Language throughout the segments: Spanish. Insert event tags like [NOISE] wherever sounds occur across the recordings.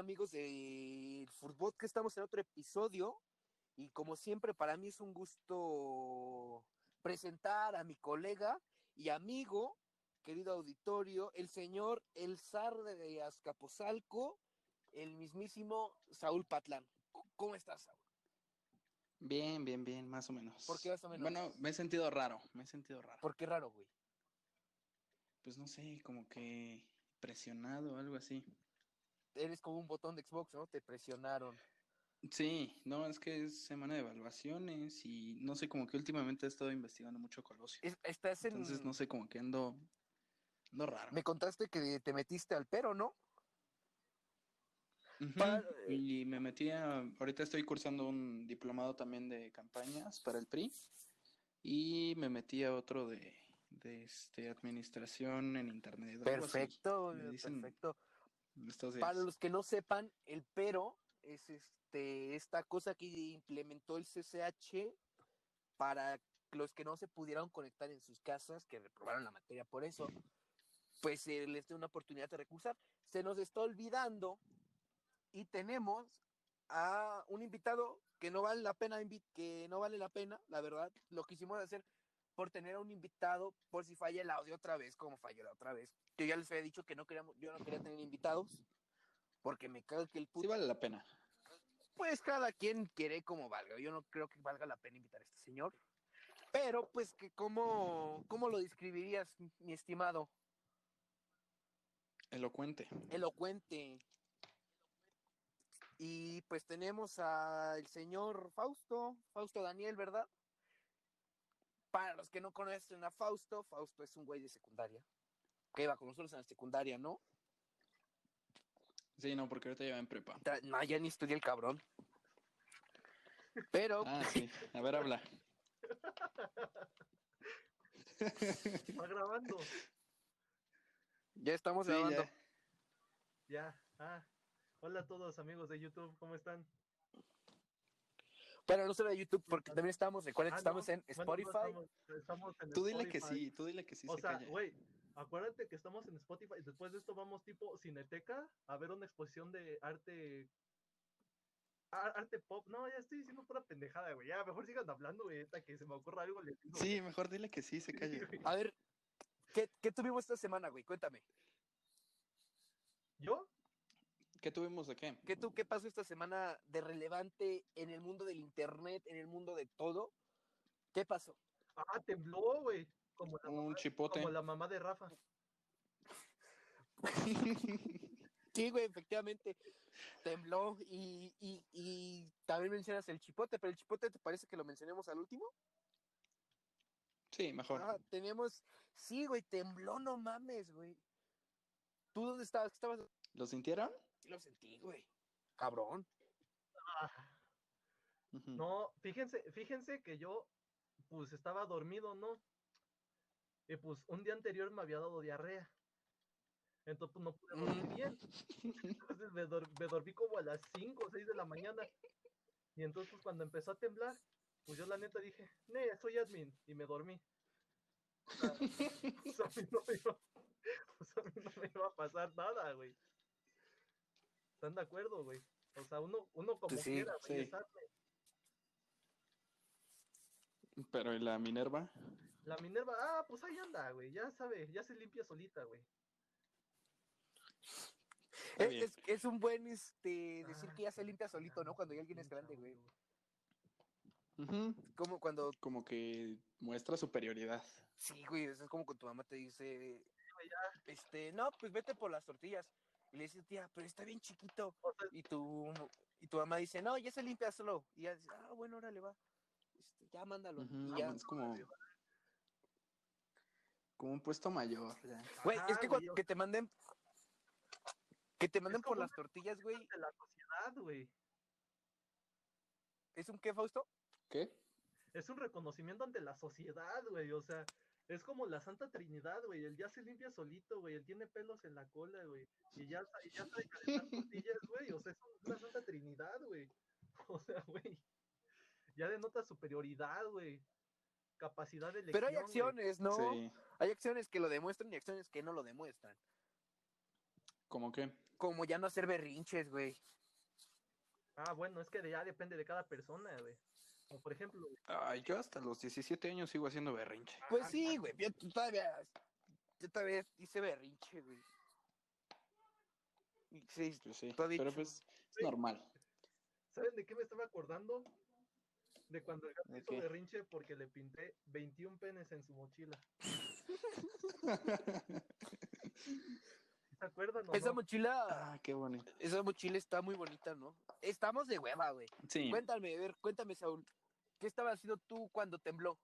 amigos del fútbol, que estamos en otro episodio y como siempre para mí es un gusto presentar a mi colega y amigo, querido auditorio, el señor El Zar de Azcapozalco, el mismísimo Saúl Patlán. ¿Cómo estás, Saúl? Bien, bien, bien, más o menos. ¿Por qué más o menos? Bueno, me he sentido raro, me he sentido raro. Porque raro, güey. Pues no sé, como que presionado o algo así. Eres como un botón de Xbox, ¿no? Te presionaron. Sí, no, es que es semana de evaluaciones y no sé, como que últimamente he estado investigando mucho Colosio. Es- estás en... Entonces, no sé, como que ando, ando raro. Me contaste que te metiste al pero, ¿no? Ujú, pa- Y me metí a, ahorita estoy cursando un diplomado también de campañas para el PRI y me metí a otro de, de este, administración en internet. algo así. Perfecto, Me dicen perfecto. estos días. Para los que no sepan, el pero es este esta cosa que implementó el CCH para los que no se pudieron conectar en sus casas, que reprobaron la materia por eso, pues eh, les dé una oportunidad de recursar. Se nos está olvidando y tenemos a un invitado que no vale la pena, invi- que no vale la pena, la verdad, lo quisimos hacer por tener a un invitado, por si falla el audio otra vez, como falló la otra vez. Yo ya les había dicho que no queríamos, yo no quería tener invitados, porque me cago que el puto Sí vale la pena. pues cada quien quiere como valga. Yo no creo que valga la pena invitar a este señor. Pero, pues, que ¿cómo, cómo lo describirías, mi estimado? Elocuente. Elocuente. Y pues tenemos al señor Fausto, Fausto Daniel, ¿verdad? Para los que no conocen a Fausto, Fausto es un güey de secundaria. Que iba con nosotros en la secundaria, ¿no? Sí, no, porque ahorita ya va en prepa. Tra- No, ya ni estudia el cabrón. Pero, Ah, sí. A ver, [LAUGHS] habla. Va grabando. ya estamos Sí, grabando. ya. Ya. Ah. Hola a todos amigos de YouTube, ¿cómo están? Pero no solo de YouTube, porque también estamos, recuerden que Ah, estamos no. en Bueno, no Spotify. estamos, estamos en Tú dile que Spotify. sí, tú dile que sí O se sea, calla. güey, acuérdate que estamos en Spotify. Después de esto vamos tipo Cineteca a ver una exposición de arte a- arte pop. No, ya estoy diciendo pura pendejada, güey. Ya, mejor sigan hablando, güey, hasta que se me ocurra algo. les digo. Sí, mejor dile que sí se calla. A ver, ¿qué, qué tuvimos esta semana, güey? Cuéntame. ¿Yo? ¿Qué tuvimos de qué? ¿Qué, tú, ¿Qué pasó esta semana de relevante en el mundo del internet, en el mundo de todo? ¿Qué pasó? Ah, tembló, Ah, güey. Como la, Un chipote. como la mamá de Rafa. Sí, güey, efectivamente, tembló y, y, y también mencionas el chipote, pero el chipote, ¿te parece que lo mencionemos al último? [LAUGHS] Sí, mejor. Ah, tenemos, sí, güey, tembló, no mames, güey. ¿Tú dónde estabas? ¿Qué estabas? ¿Lo sintieron? Lo sentí, güey. Cabrón. Ah. Ujú. No, fíjense, fíjense que yo, pues estaba dormido, ¿no? Y pues un día anterior me había dado diarrea. Entonces pues, no pude Mm. dormir bien. Entonces me, dor- me dormí como a las 5 o 6 de la mañana. Y entonces pues, cuando empezó a temblar, pues yo la neta dije, ne, soy admin. Y me dormí. O sea, pues, a mí no me iba, pues, a mí no me iba a pasar nada, güey. ¿Están de acuerdo, güey? O sea, uno, uno como Sí, quiera, güey, Pues sí. es admin. [LAUGHS] Pero ¿y la Minerva? La Minerva, ah, pues ahí anda, güey, ya sabe, ya se limpia solita, güey. Está bien. E, Es, es- es un buen este decir Ah, que ya se limpia solito, ¿no? Cuando ya alguien es grande, güey. Ujú. Como cuando, Como que muestra superioridad. sí, güey, eso es como cuando tu mamá te dice, güey, este, no, pues vete por las tortillas. Y le dices, tía, pero está bien chiquito. O sea, Y tu, y tu mamá dice, no, ya se limpia solo. Y ya dice, ah, bueno, órale, va. Este, ya mándalo. Ujú, Y ya. Es como, como un puesto mayor. ya. Güey, es Ajá, que, Ah, güey, cuando- o que te manden, que te manden como por una- las tortillas, güey, de la sociedad, güey. ¿es un qué, Fausto? ¿Qué? Es un reconocimiento ante la sociedad, güey. O sea, es como la Santa Trinidad, güey. Él ya se limpia solito, güey. Él tiene pelos en la cola, güey. Y ya, sa- y ya sabe [LAUGHS] calentar tortillas, güey. O sea, es una Santa Trinidad, güey. [LAUGHS] O sea, güey. Ya denota superioridad, güey. Capacidad de elección. Pero hay güey. acciones, ¿no? Sí, Hay acciones que lo demuestran y acciones que no lo demuestran. como que. Como ya no hacer berrinches, güey. Ah, bueno, es que de- ya depende de cada persona, güey. Como por ejemplo, Ay, yo hasta los 17 años sigo haciendo berrinche. Pues sí, güey. Yo todavía, yo todavía hice berrinche, güey. Y Sí, Pues sí, Tú has pero dicho. pues es normal. [LAUGHS] ¿saben de qué me estaba acordando? De cuando el gato ¿De hizo qué? berrinche porque le pinté 21 penes en su mochila. ¿Se acuerdan o esa no? mochila, ah, qué bonito. esa mochila está muy bonita, ¿no? Estamos de hueva, güey. Sí, Cuéntame, a ver, cuéntame, Saúl. ¿Qué estabas haciendo tú cuando tembló?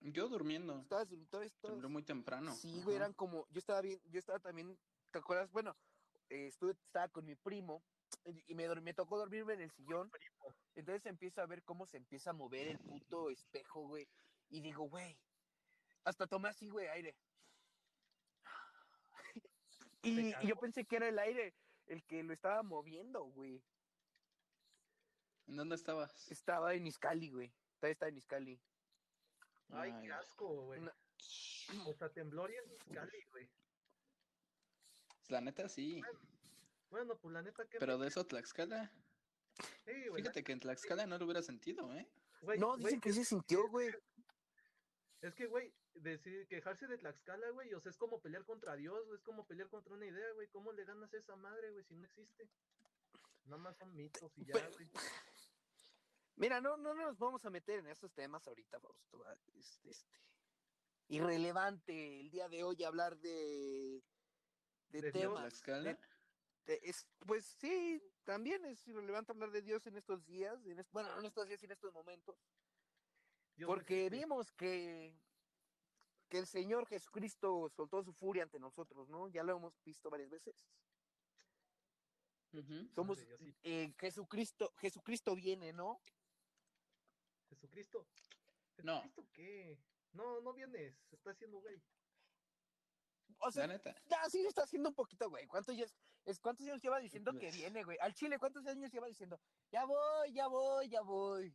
yo durmiendo. ¿Estabas en todo esto? Tembló muy temprano. Sí, güey, ajá. eran como, yo estaba bien, yo estaba también, ¿te acuerdas? Bueno, eh, estuve, estaba con mi primo y y me, dormí, me tocó dormirme en el sillón. Entonces empiezo a ver cómo se empieza a mover el puto espejo, güey. Y digo, güey, hasta tomé así, güey, [LAUGHS] aire. Y, y yo cagó. pensé que era el aire el que lo estaba moviendo, güey. ¿En dónde estabas? Estaba en Iscali, güey. Todavía está en Iscali. Ay, Ay, qué asco, güey. No. O sea, temblor y en Cali, güey. pues, La neta sí, Bueno, pues la neta que... pero de eso Tlaxcala. Sí, güey, Fíjate que en Tlaxcala no lo hubiera sentido, ¿eh? güey, No, güey, dicen que se sintió, güey. Es que, güey, decir, quejarse de Tlaxcala, güey, o sea, es como pelear contra Dios, güey, es como pelear contra una idea, güey. ¿Cómo le ganas a esa madre, güey, si no existe? Nada más son mitos y ya, Pero- güey. Mira, no, no nos vamos a meter en esos temas ahorita, Fausto. ah, es- este, irrelevante el día de hoy hablar de, de De De Dios. temas. Tlaxcala. Te- es- pues sí, también es irrelevante hablar de Dios en estos días, en est- bueno, no en estos días, en estos momentos, Dios no porque existe. vimos que, que el Señor Jesucristo soltó su furia ante nosotros, ¿no? Ya lo hemos visto varias veces. Ujú. Somos Dios, sí. eh, Jesucristo, Jesucristo viene, ¿no? Jesucristo. No. ¿Jesucristo qué? No, no vienes, se está haciendo, güey. O sea, La neta. Ya, sí, está haciendo un poquito, güey. ¿Cuántos años, es, ¿Cuántos años lleva diciendo que Pues. viene, güey? Al Chile, ¿cuántos años lleva diciendo? Ya voy, ya voy, ya voy.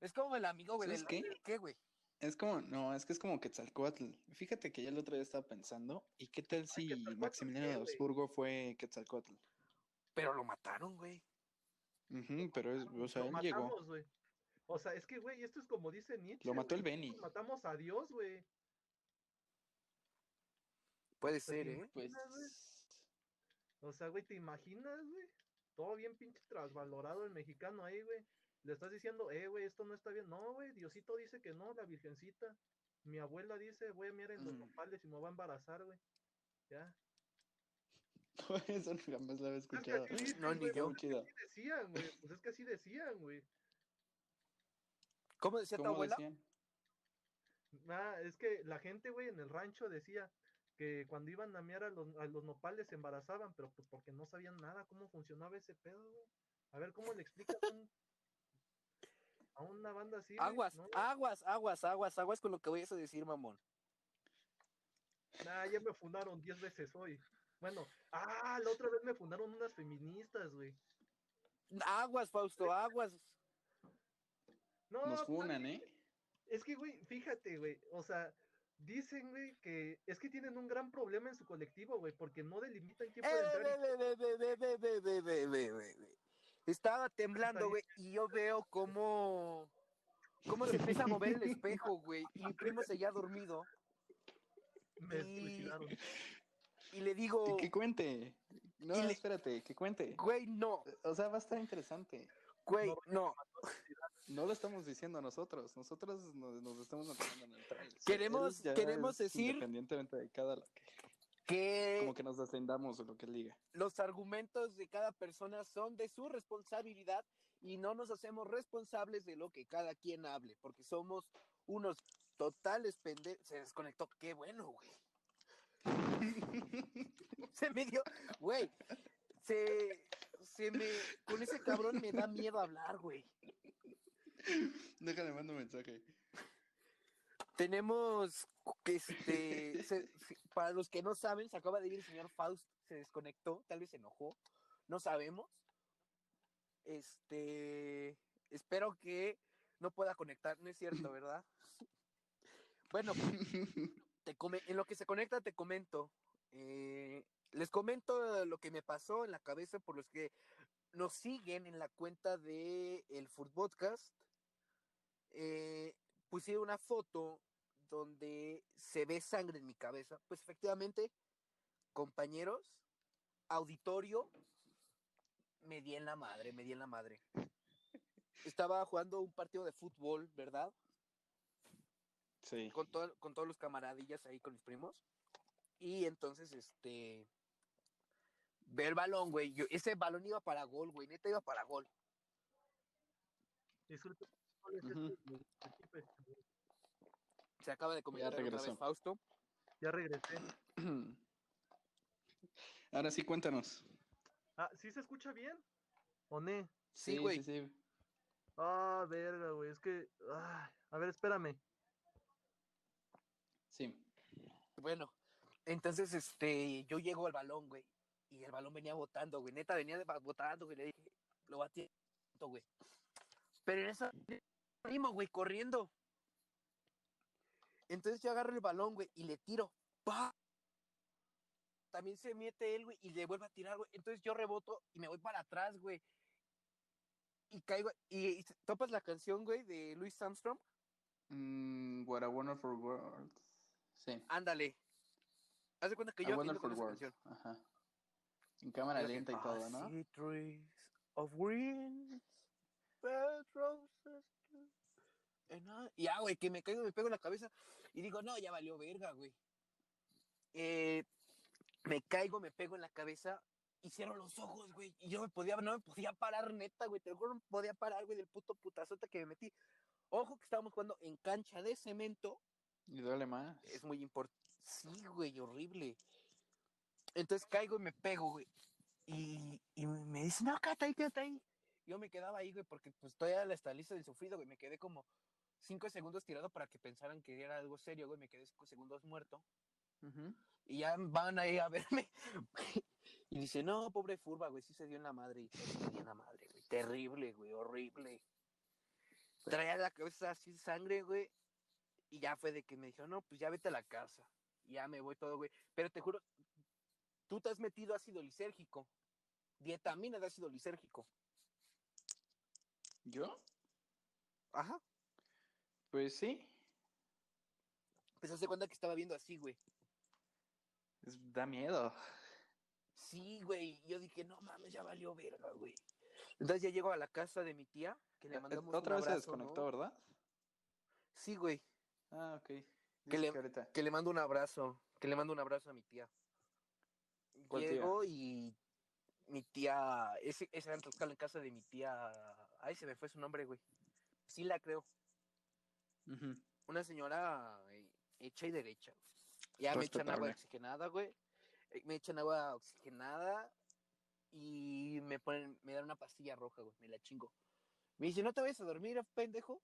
Es como el amigo, güey. ¿Sabes del- qué? ¿Qué, güey? Es como, no, es que es como Quetzalcóatl. Fíjate que ya el otro día estaba pensando, ¿y qué tal si ¿Quetzalcóatl Maximiliano qué, de güey? Habsburgo fue Quetzalcóatl? Pero lo mataron, güey. Ujú, pero, es, o sea, Lo él llegó. matamos, güey. O sea, es que, güey, esto es como dice Nietzsche. Lo mató el güey, Beni. nosotros Matamos a Dios, güey. Puede sea, ser, sí, ¿eh? [LAUGHS] Pues, O sea, güey, ¿te imaginas, güey? Todo bien pinche trasvalorado el mexicano ahí, güey. Le estás diciendo, eh, güey, esto no está bien. No, güey, Diosito dice que no, la virgencita. Mi abuela dice, voy a mirar en los Mm. nopales y me va a embarazar, güey. Ya. eso jamás lo había Es que escuchado. así dicen, No, ni güey, yo. Muy chido. así decían, güey. Pues es que así decían, güey. ¿Cómo decía tu ¿Cómo abuela? decían? Ah, es que la gente, güey, en el rancho decía que cuando iban a miar a los, a los nopales se embarazaban, pero pues porque no sabían nada cómo funcionaba ese pedo, güey. A ver, ¿cómo le explicas a, un- a una banda así? güey? Aguas, ah. No, aguas, aguas, aguas, aguas con lo que vayas a decir, mamón. nah, ya me fundaron 10 veces hoy. Bueno, ah, la otra vez me fundaron unas feministas, güey. Aguas, Fausto, aguas. No, Nos pues, funan, ¿eh? Es que, güey, fíjate, güey, o sea, dicen, güey, que es que tienen un gran problema en su colectivo, güey, porque no delimitan quién Eh, puede entrar y ve, ve, ve, ve, ve, ve, ve, ve, ve, ve, ve, ve. Estaba temblando, güey, y yo veo cómo, cómo se empieza a mover el espejo, güey. Y mi primo se ya dormido. me Y- suicidaron. y le digo, Y Que cuente. No, Y le- espérate, que cuente. güey, no, O sea, va a estar interesante. güey, No, no. No lo estamos diciendo nosotros, nosotros nos, nos estamos manteniendo neutrales. O sea, [LAUGHS] Queremos- él ya queremos es decir- Independientemente de cada. lo que- Que Como que nos ascendamos de lo que él diga. los argumentos de cada persona son de su responsabilidad y no nos hacemos responsables de lo que cada quien hable, porque somos unos totales pendejos. Se desconectó, qué bueno, güey. [LAUGHS] se me dio, güey, se, se me, con ese cabrón me da miedo hablar, güey. Déjale, mando [LAUGHS] un mensaje. Tenemos que este se- se- para los que no saben, se acaba de ir el señor Faust, se desconectó, tal vez se enojó, no sabemos. Este espero que no pueda conectar, no es cierto, ¿verdad? Bueno, te come- en lo que se conecta te comento. Eh, les comento lo que me pasó en la cabeza por los que nos siguen en la cuenta de el Foodpodcast, eh, puse una foto donde se ve sangre en mi cabeza. Pues efectivamente, compañeros, auditorio, me di en la madre, me di en la madre. Estaba jugando un partido de fútbol, ¿verdad? [LAUGHS] Sí. [CLEARS THROAT] Con, todo- con todos los camaradillas ahí, con mis primos. Y entonces, este, ve el balón, güey. Yo- ese balón iba para gol, güey. Neta iba para gol. Disculpe, ¿cuál es Ujú. este? Disculpe, Se acaba de comentar otra regresó. vez Fausto. Ya regresé. Ahora sí, cuéntanos. Ah, ¿sí se escucha bien? ¿O no? Sí, güey. Sí, sí. Ah, verga, güey. Es que. ay, a ver, espérame. Sí. Bueno, entonces este, yo llego al balón, güey, y el balón venía botando, güey. Neta venía de- botando, güey. Le dije, lo batí, güey. Pero en eso, primo, güey, corriendo. Entonces yo agarro el balón, güey, y le tiro. ¡Pa! También se mete él, güey, y le vuelve a tirar, güey. Entonces yo reboto y me voy para atrás, güey. Y caigo. Y, y topas la canción, güey, de Louis Armstrong. Mm, What a Wonderful World. Sí. Ándale. Haz de cuenta que A yo atiendo Wonderful con esa World. canción. Ajá. En cámara Yo que, lenta y "I todo, ¿no? see trees of green, red roses, and I-" Y Ya, güey, que me caigo, me pego en la cabeza y digo, no, ya valió verga, güey. Eh, me caigo, me pego en la cabeza y cierro los ojos, güey. Y yo me podía, no me podía parar, neta, güey. Te lo juro, no me podía parar, güey, del puto putazote que me metí. Ojo que estábamos jugando en cancha de cemento Y duele más. es muy importante. Sí, güey, horrible. Entonces caigo y me pego, güey. Y, y me dicen, no, cállate ahí, cállate ahí. Yo me quedaba ahí, güey, porque pues todavía la estaliza del sufrido, güey. Me quedé como cinco segundos tirado para que pensaran que era algo serio, güey. Me quedé cinco segundos muerto. Ujú. Y ya van ahí a verme. [LAUGHS] y dice, no, pobre furba, güey, sí se dio en la madre. Y sí se dio en la madre, güey. Terrible, güey, horrible. Traía la cabeza así de sangre, güey. Y ya fue de que me dijeron, no, pues ya vete a la casa. Y ya me voy todo, güey. Pero te juro, tú te has metido ácido lisérgico. Dietamina de ácido lisérgico. ¿Yo? Ajá. Pues sí. Pues hace cuenta que estaba viendo así, güey. Es- da miedo. Sí, güey. y Yo dije, no mames, ya valió verga, güey. Entonces ya llego a la casa de mi tía, que le Eh, mandamos un [LAUGHS] Otra vez se abrazo, ¿no? desconectó, ¿verdad? Sí, güey. Ah, ok. Dice le- que ahorita. Que le mando un abrazo. Que le mando un abrazo a mi tía. ¿Cuál tía? Llego y mi tía. Ese, ese era el local en casa de mi tía. Ay, se me fue su nombre, güey. Sí, la creo. Ujú. Una señora eh, hecha y derecha. Ya me echan agua Respetable. oxigenada, güey. Eh, Me echan agua oxigenada y me ponen, me dan una pastilla roja, güey. Me la chingo. Me dice, no te vayas a dormir, pendejo.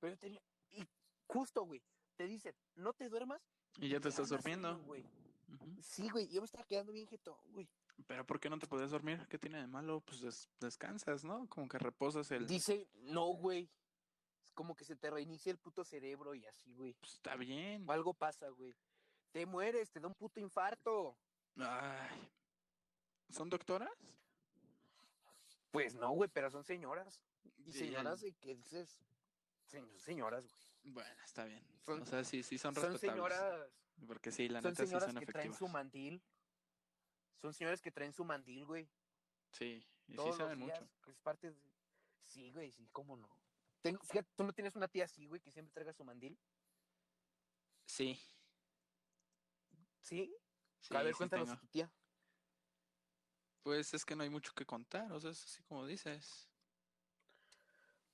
Pero yo tenía. Y justo, güey. Te dicen, no te duermas Y ya te estás Pues, Aún así, durmiendo. Ah, güey. Ujú. Sí, güey, yo me estaba quedando bien jetón, güey. Pero ¿por qué no te podías dormir? ¿Qué tiene de malo? Pues des- descansas, ¿no? Como que reposas el... Dice, no, güey. Es como que se te reinicia el puto cerebro y así, güey. Pues, está bien. O algo pasa, güey. Te mueres, te da un puto infarto. Ay. ¿Son doctoras? Pues no, güey, pero son señoras. Y Sí, señoras, ¿y ¿qué dices? Señ- señoras, güey. Bueno, está bien. Son- o sea, sí, sí son Son, respetables. señoras. Porque sí, la Son neta sí señoras son que traen efectivas. su mandil. Son señoras que traen su mandil, güey. Sí, y sí Todos saben los mucho. días, Es parte de- Sí, güey, sí, cómo no. Tengo, fíjate, tú no tienes una tía así, güey, que siempre traiga su mandil. Sí. Sí, sí, a ver, sí cuéntanos tengo. tu tía. Pues es que no hay mucho que contar, o sea, es así como dices.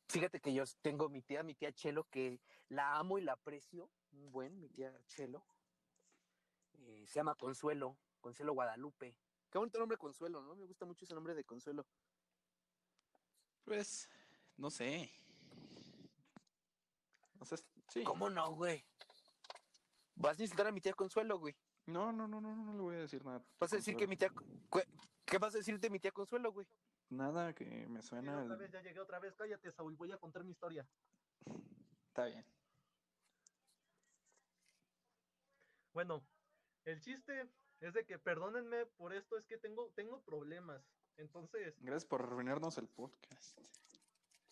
Fíjate que yo tengo mi tía, mi tía Chelo, que la amo y la aprecio. un Buen, mi tía Chelo. Eh, se llama Consuelo, Consuelo Guadalupe. Qué bonito nombre Consuelo, ¿no? Me gusta mucho ese nombre de Consuelo. Pues, no sé. O sea, sí. ¿Cómo no, güey? Vas a insultar a mi tía Consuelo, güey. No, no, no, no, no, no le voy a decir nada. Vas a decir que mi tía. cu- ¿Qué vas a decir de mi tía Consuelo, güey? Nada que me Sí, suena. otra el- vez, ya llegué otra vez. Cállate, Saúl. Voy a contar mi historia. Está bien. Bueno, el chiste es de que perdónenme por esto, es que tengo, tengo problemas. Entonces, Gracias por arruinarnos el podcast.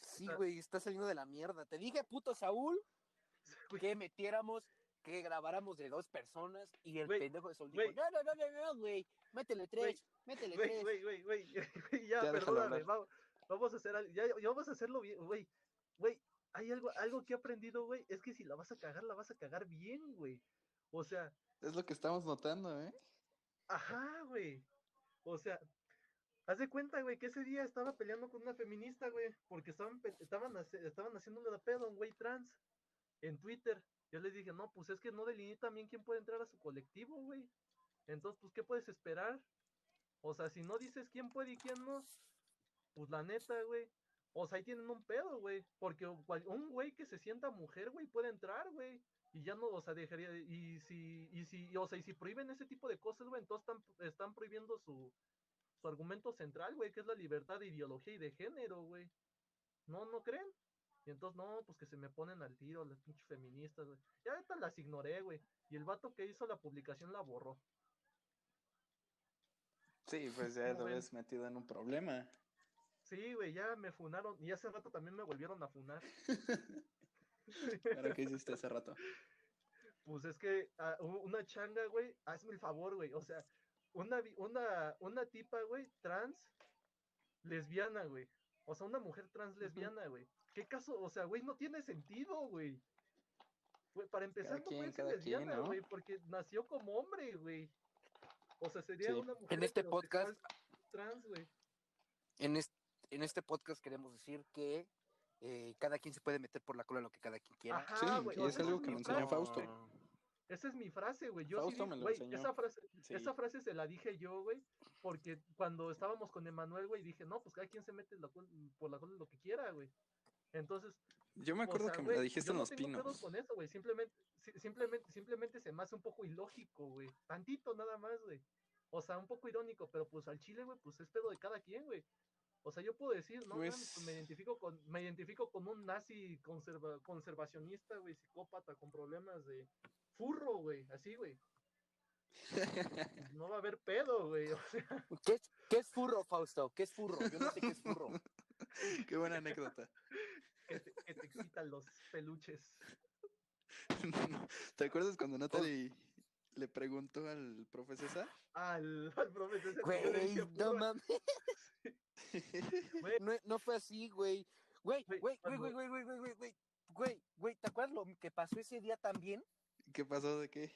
Sí, Ah. güey, está saliendo de la mierda. Te dije, puto Saúl, güey, que metiéramos, que grabáramos de dos personas y el Güey, pendejo de Saúl güey. dijo, no, no, no, no, no, güey, métele tres, métele güey, tres. güey, güey, güey, güey, ya, Ya, déjalo perdóname, hablar. va- vamos a hacer algo, ya, ya vamos a hacerlo bien, güey, güey, hay algo, algo que he aprendido, güey, es que si la vas a cagar, la vas a cagar bien, güey, o sea, Es lo que estamos notando, ¿eh? ajá, güey, o sea, haz de cuenta, güey, que ese día estaba peleando con una feminista, güey, porque estaban, pe- estaban, hace- estaban haciéndole de pedo a un güey trans en Twitter, yo les dije, no, pues es que no delineé también quién puede entrar a su colectivo, güey, entonces, pues, ¿qué puedes esperar? O sea, si no dices quién puede y quién no, pues la neta, güey. O sea, ahí tienen un pedo, güey. Porque u- cual- un güey que se sienta mujer, güey, puede entrar, güey. Y ya no, o sea, dejaría. de- Y si, y si, y, o sea, y si prohíben ese tipo de cosas, güey, entonces están, están prohibiendo su, su argumento central, güey, que es la libertad de ideología y de género, güey. No, no creen. Y entonces, no, pues que se me ponen al tiro las pinches feministas, güey. Ya ahorita las ignoré, güey. Y el vato que hizo la publicación la borró. Sí, pues ya ¿Cómo lo ven? habías metido en un problema. Sí, güey, ya me funaron. Y hace rato también me volvieron a funar. ¿Pero qué hiciste hace rato? Pues es que ah, u- una changa, güey, hazme el favor, güey. O sea, una, vi- una, una tipa, güey, trans, lesbiana, güey. O sea, una mujer trans lesbiana, güey. ¿Qué caso? O sea, güey, no tiene sentido, güey. Güey, para empezar, no quien, puede ser cada quien, lesbiana, ¿no? güey, porque nació como hombre, güey. O sea, sería Sí. una mujer En este podcast- heterosexual trans, güey. En, este, en este podcast queremos decir que eh, cada quien se puede meter por la cola lo que cada quien quiera. Ajá, Sí, güey, y o es sea, algo es que me mi enseñó Fausto. Esa es mi frase, güey. Yo Fausto sí, me di- lo güey, enseñó. esa frase, Sí. esa frase se la dije yo, güey, porque cuando estábamos con Emanuel, güey, dije, no, pues cada quien se mete la col- por la cola lo que quiera, güey. Entonces, Yo me acuerdo o sea, que me güey, la dijiste yo en no los tengo pedos pinos. con eso, güey, simplemente, si- simplemente, simplemente se me hace un poco ilógico, güey. Tantito nada más, güey. O sea, un poco irónico, pero pues al chile, güey, pues es pedo de cada quien, güey. O sea, yo puedo decir, no, mames, pues, me Pues- identifico con, me identifico con un nazi conserva- conservacionista, güey, psicópata, con problemas de furro, güey, así, güey. No va a haber pedo, güey. O sea, ¿Qué, es, qué es furro, Fausto? ¿Qué es furro? Yo no sé qué es [LAUGHS] furro. [LAUGHS] qué buena anécdota. [LAUGHS] que te, que te excitan los peluches. ¿Te acuerdas cuando Natalie le preguntó al profe César? Al, al profe César, yo le Güey, dije, no "Furro". mames. No, no fue así, güey. Güey, Güey, güey, güey, cuando- güey, güey, güey, güey, güey, güey. Güey, güey, ¿te acuerdas lo que pasó ese día también? [LAUGHS] ¿Qué pasó de qué?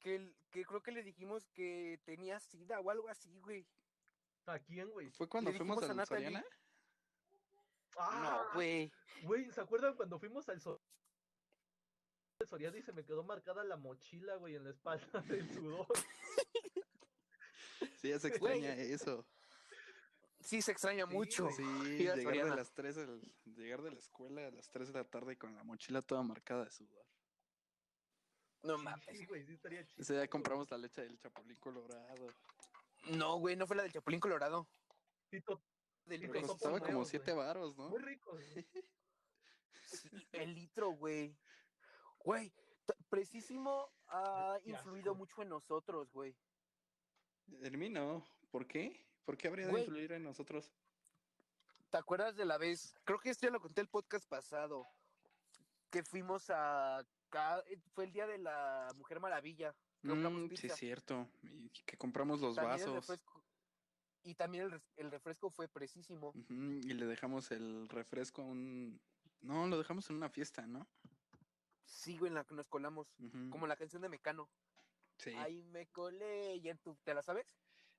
Que, el- que creo que le dijimos que tenía sida o algo así, güey. ¿A quién, güey? ¿Fue cuando Le fuimos dijimos a a Natalie. Soriana? Ah, No, güey. Güey, ¿se acuerdan cuando fuimos al Sor- al Soriano y se me quedó marcada la mochila, güey, en la espalda [LAUGHS] del sudor? Sí, ya se Güey. extraña eso. Sí, se extraña Sí, mucho. güey. Sí, Ir a llegar de Soriana. las 3 del- llegar de la escuela a las 3 de la tarde con la mochila toda marcada de sudor. No mames. Sí, güey, sí estaría chido. Ese día güey. compramos la leche del Chapulín Colorado. No, güey, no fue la del Chapulín Colorado. Y to- Del Y Pero Resto. costó costaba por como nuevos, 7 varos, ¿no? Muy rico. güey. Sí, el litro, güey. Güey, t- precisísimo ha Ay, qué influido asco. mucho en nosotros, güey. En mí no. ¿Por qué? ¿Por qué habría de Güey. influir en nosotros? ¿Te acuerdas de la vez? Creo que esto ya lo conté el podcast pasado. Que fuimos a. ca- eh, Fue el día de la Mujer Maravilla. Compramos Mm, sí, pizza. es cierto. Y que compramos los También el vasos. refresco- y también el, res- el refresco fue precisísimo. Ujú, Y le dejamos el refresco a un... No, lo dejamos en una fiesta, ¿no? Sí, güey, en la que nos colamos. Ujú, Como la canción de Mecano. Sí. Ahí me colé y en tu. ¿Te la sabes?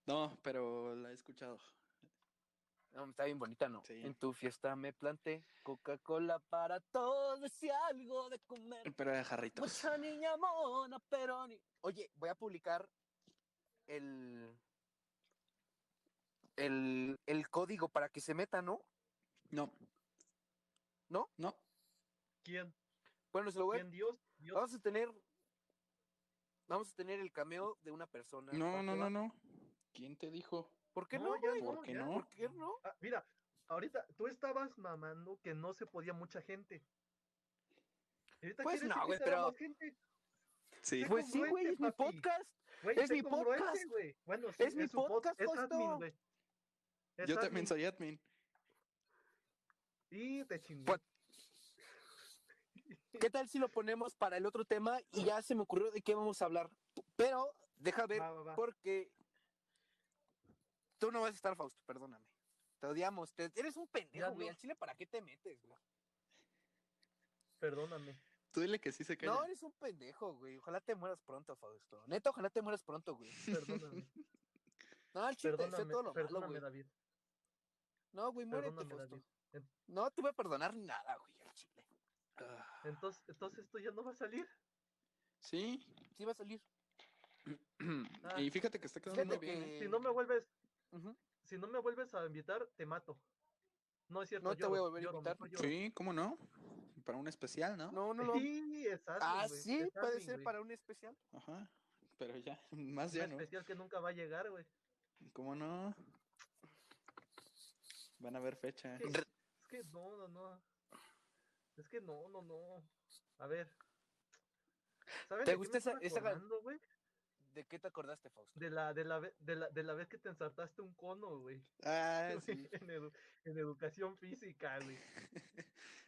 No, pero la he escuchado. No, está bien bonita, ¿no? Sí. En tu fiesta me planté Coca-Cola para todos y algo de [LAUGHS] comer. Pero era de jarritos. Mucha niña mona, pero ni- Oye, voy a publicar el, el el código para que se meta, ¿no? No. ¿No? No. ¿Quién? Bueno, se lo voy a... ¿Quién? Dios. Dios. Vamos a tener... Vamos a tener el cameo de una persona. No, ¿Para no, qué va? no, no. ¿Quién te dijo? ¿Por qué no, No, ya güey? no, ¿Por qué ya. no? ¿Por qué no? Ah, mira, ahorita tú estabas mamando que no se podía mucha gente. Y ahorita Pues quieres no, que güey, se haga pero- más gente. Sí. Qué Pues sí, güey, congruente, es mi papi. podcast. Güey, Es sé mi congruente, podcast. güey. Bueno, sí, Es mi su pod- podcast, es Fausto. admin, güey. Es Yo admin. también soy admin. Y te chingué. Pues- ¿Qué tal si lo ponemos para el otro tema? Y ya se me ocurrió de qué vamos a hablar. Pero deja ver, Va, va, va. porque tú no vas a estar, Fausto, perdóname. Te odiamos, te- eres un pendejo, Ya güey. no. Al chile, ¿para qué te metes, güey? [LAUGHS] Perdóname. Tú dile que sí se calla. No, eres un pendejo, güey. Ojalá te mueras pronto, Fausto. Neta, ojalá te mueras pronto, güey. Perdóname. No, al chile, te deseo perdóname. todo lo malo, Perdóname, güey. David. No, güey, muérete, Perdóname, Eh. Fausto. David. No te voy a perdonar nada, güey, al chile. Ah, Entonces, entonces esto ya no va a salir. Sí. Sí va a salir. Ah. Y fíjate que está quedando muy Fíjate bien. ¿eh? que... Si no me vuelves, Ujú. si no me vuelves a invitar, te mato. No es cierto. No te voy a lloro, volver a lloro, invitar. mejor lloro. Sí, ¿cómo no? Para un especial, ¿no? No, no lo... Sí, es admin, Ah, güey, sí, es puede admin, ser güey. para un especial. Ajá. Pero ya, [LAUGHS] más Un ya, ¿no? especial que nunca va a llegar, güey. ¿Cómo no? Van a ver fecha. Es que- es que no, no, no. Es que no, no, no. A ver. ¿Saben ¿Te de qué me gusta esa- estaba esa gan- acordando, güey? ¿De qué te acordaste, Fausto? De la, de la, ve- de la, de la vez que te ensartaste un cono, güey. Ah, [LAUGHS] sí. en, edu- en educación física, güey.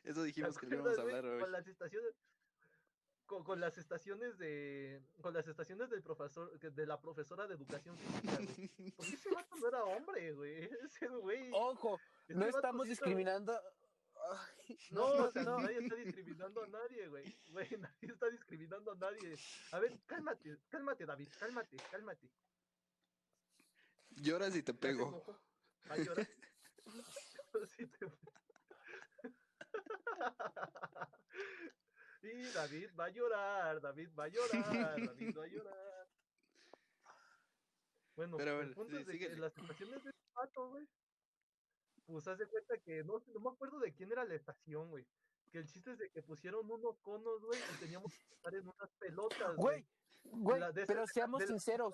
Eso ¿Te dijimos que lo acuerdas, íbamos a hablar güey? [LAUGHS] Con hoy. [LAUGHS] las estaciones. Con, con las estaciones de. Con las estaciones del profesor. que- De la profesora de educación física, güey. Porque ese vato no era hombre, güey. [LAUGHS] Ese güey. Ojo, ese Oh, no vato estamos sí estaba- discriminando. Ay, No, no, o sea, no. nadie está discriminando a nadie, güey. Güey, [LAUGHS] nadie está discriminando a nadie. A ver, cálmate, cálmate, David, cálmate, cálmate. Lloras y te Ya se pego. enojó. Va a [LAUGHS] llorar. Sí, te- Y David va a llorar, David va a llorar, David va a llorar. Bueno, Pero el bueno, punto sí, es de que síguele. las estaciones de este vato, güey. Pues haz de cuenta que no, sé, no me acuerdo de quién era la estación, güey. Que el chiste es de que pusieron unos conos, güey, y teníamos que estar en unas pelotas, Güey, güey, la- de esa- pero seamos de la- sinceros.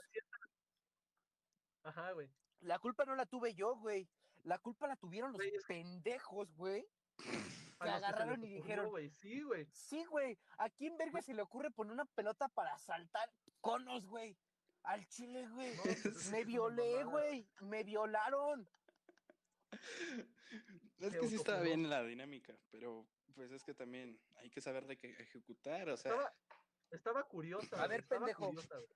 Ajá, güey. La culpa no la tuve yo, güey. La culpa la tuvieron los Güey, es- pendejos, güey. A los que se agarraron les y ocurrió, dijeron, güey, sí, güey. Sí, güey. ¿A quién verga se le ocurre poner una pelota para saltar conos, güey? Al chile, güey. No, pues, es Me una violé, mamada. güey. Me violaron. Es se que sí estaba autofrenó. bien la dinámica, pero pues es que también hay que saber de qué ejecutar, o sea, Estaba, estaba curiosa. A güey, ver, estaba pendejo, curiosa, güey.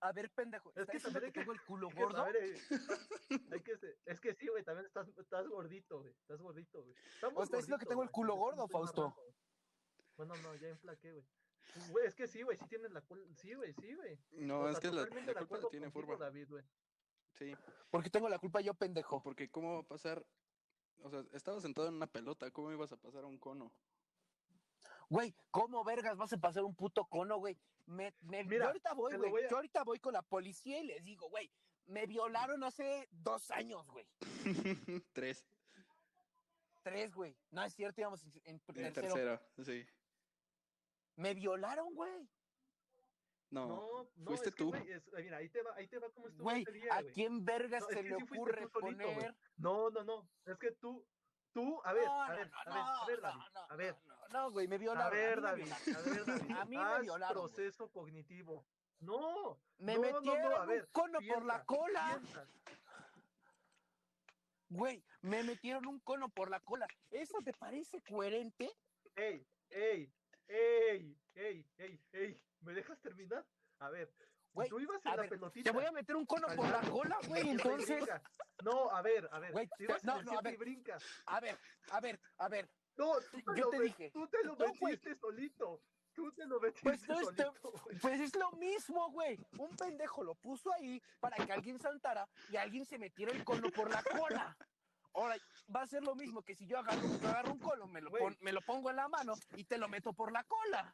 A ver, pendejo. Es ¿estás que diciendo también hay que- tengo el culo Es que, a gordo? ver, [LAUGHS] eh, hay que se- es que sí, güey, también estás, estás gordito, güey. Estás gordito, güey. Estamos estás diciendo que gorditos, tengo el güey, culo yo también gordo, estoy más Fausto. rojo, güey. Bueno, no, ya enflaqué, güey. Güey, es que sí, güey, sí tienes la culpa. Sí, güey, sí, güey. no, O es sea, que la, totalmente la culpa de la acuerdo tiene contigo, Furba, David, güey. sí, Porque tengo la culpa yo, pendejo. porque cómo va a pasar, o sea, estaba sentado en una pelota, ¿cómo ibas a pasar a un cono? [LAUGHS] Güey, ¿cómo vergas vas a pasar un puto cono, güey? Me, me- yo Mira, ahorita voy, te lo güey. voy a- Yo ahorita voy con la policía y les digo, güey, me violaron hace dos años, güey. Tres, Tres, güey. No es cierto, íbamos en, en el tercero. tercero, sí, Me violaron, güey. no, No, no, fuiste es que, tú. güey, es- mira, ahí te va, ahí te va como estuvo Güey, ese día, ¿a güey. quién vergas No, es se le que sí fuiste tú ocurre solito, güey. poner? No, no, no. Es que tú, tú, a ver, No, a no, ver, no, a ver, a no, ver, no, David, no, a ver. no, No, güey, me violaron. A a mí me ver, David, a ver, David. A mí me haz violaron, güey. proceso cognitivo. No, Me No, no, no, a metieron ver, un cono por piensa, la cola. piensa. Güey, me metieron un cono por la cola. ¿Eso te parece coherente? Ey, ey, ey, ey, ey, ey. ¿Me dejas terminar? A ver, Güey, tú ibas en a la ver, pelotita. Te voy a meter un cono Al por la lado, cola, [LAUGHS] en la güey. siete y Entonces, brinca. No, a ver, a ver. Güey, tú ibas no, en el no, a siete y ver. brincas. a ver, a ver, a ver. No, tú te Yo lo te met- dije. Tú te No, lo güey. Pues, metiste solito. Tú te lo metiste no está- solito, güey. Pues es lo mismo, güey. Un pendejo lo puso ahí para que alguien saltara y alguien se metiera el cono por la cola. Ahora, va a ser lo mismo que si yo agarro, yo agarro un cono, me lo, Güey. pon- me lo pongo en la mano y te lo meto por la cola.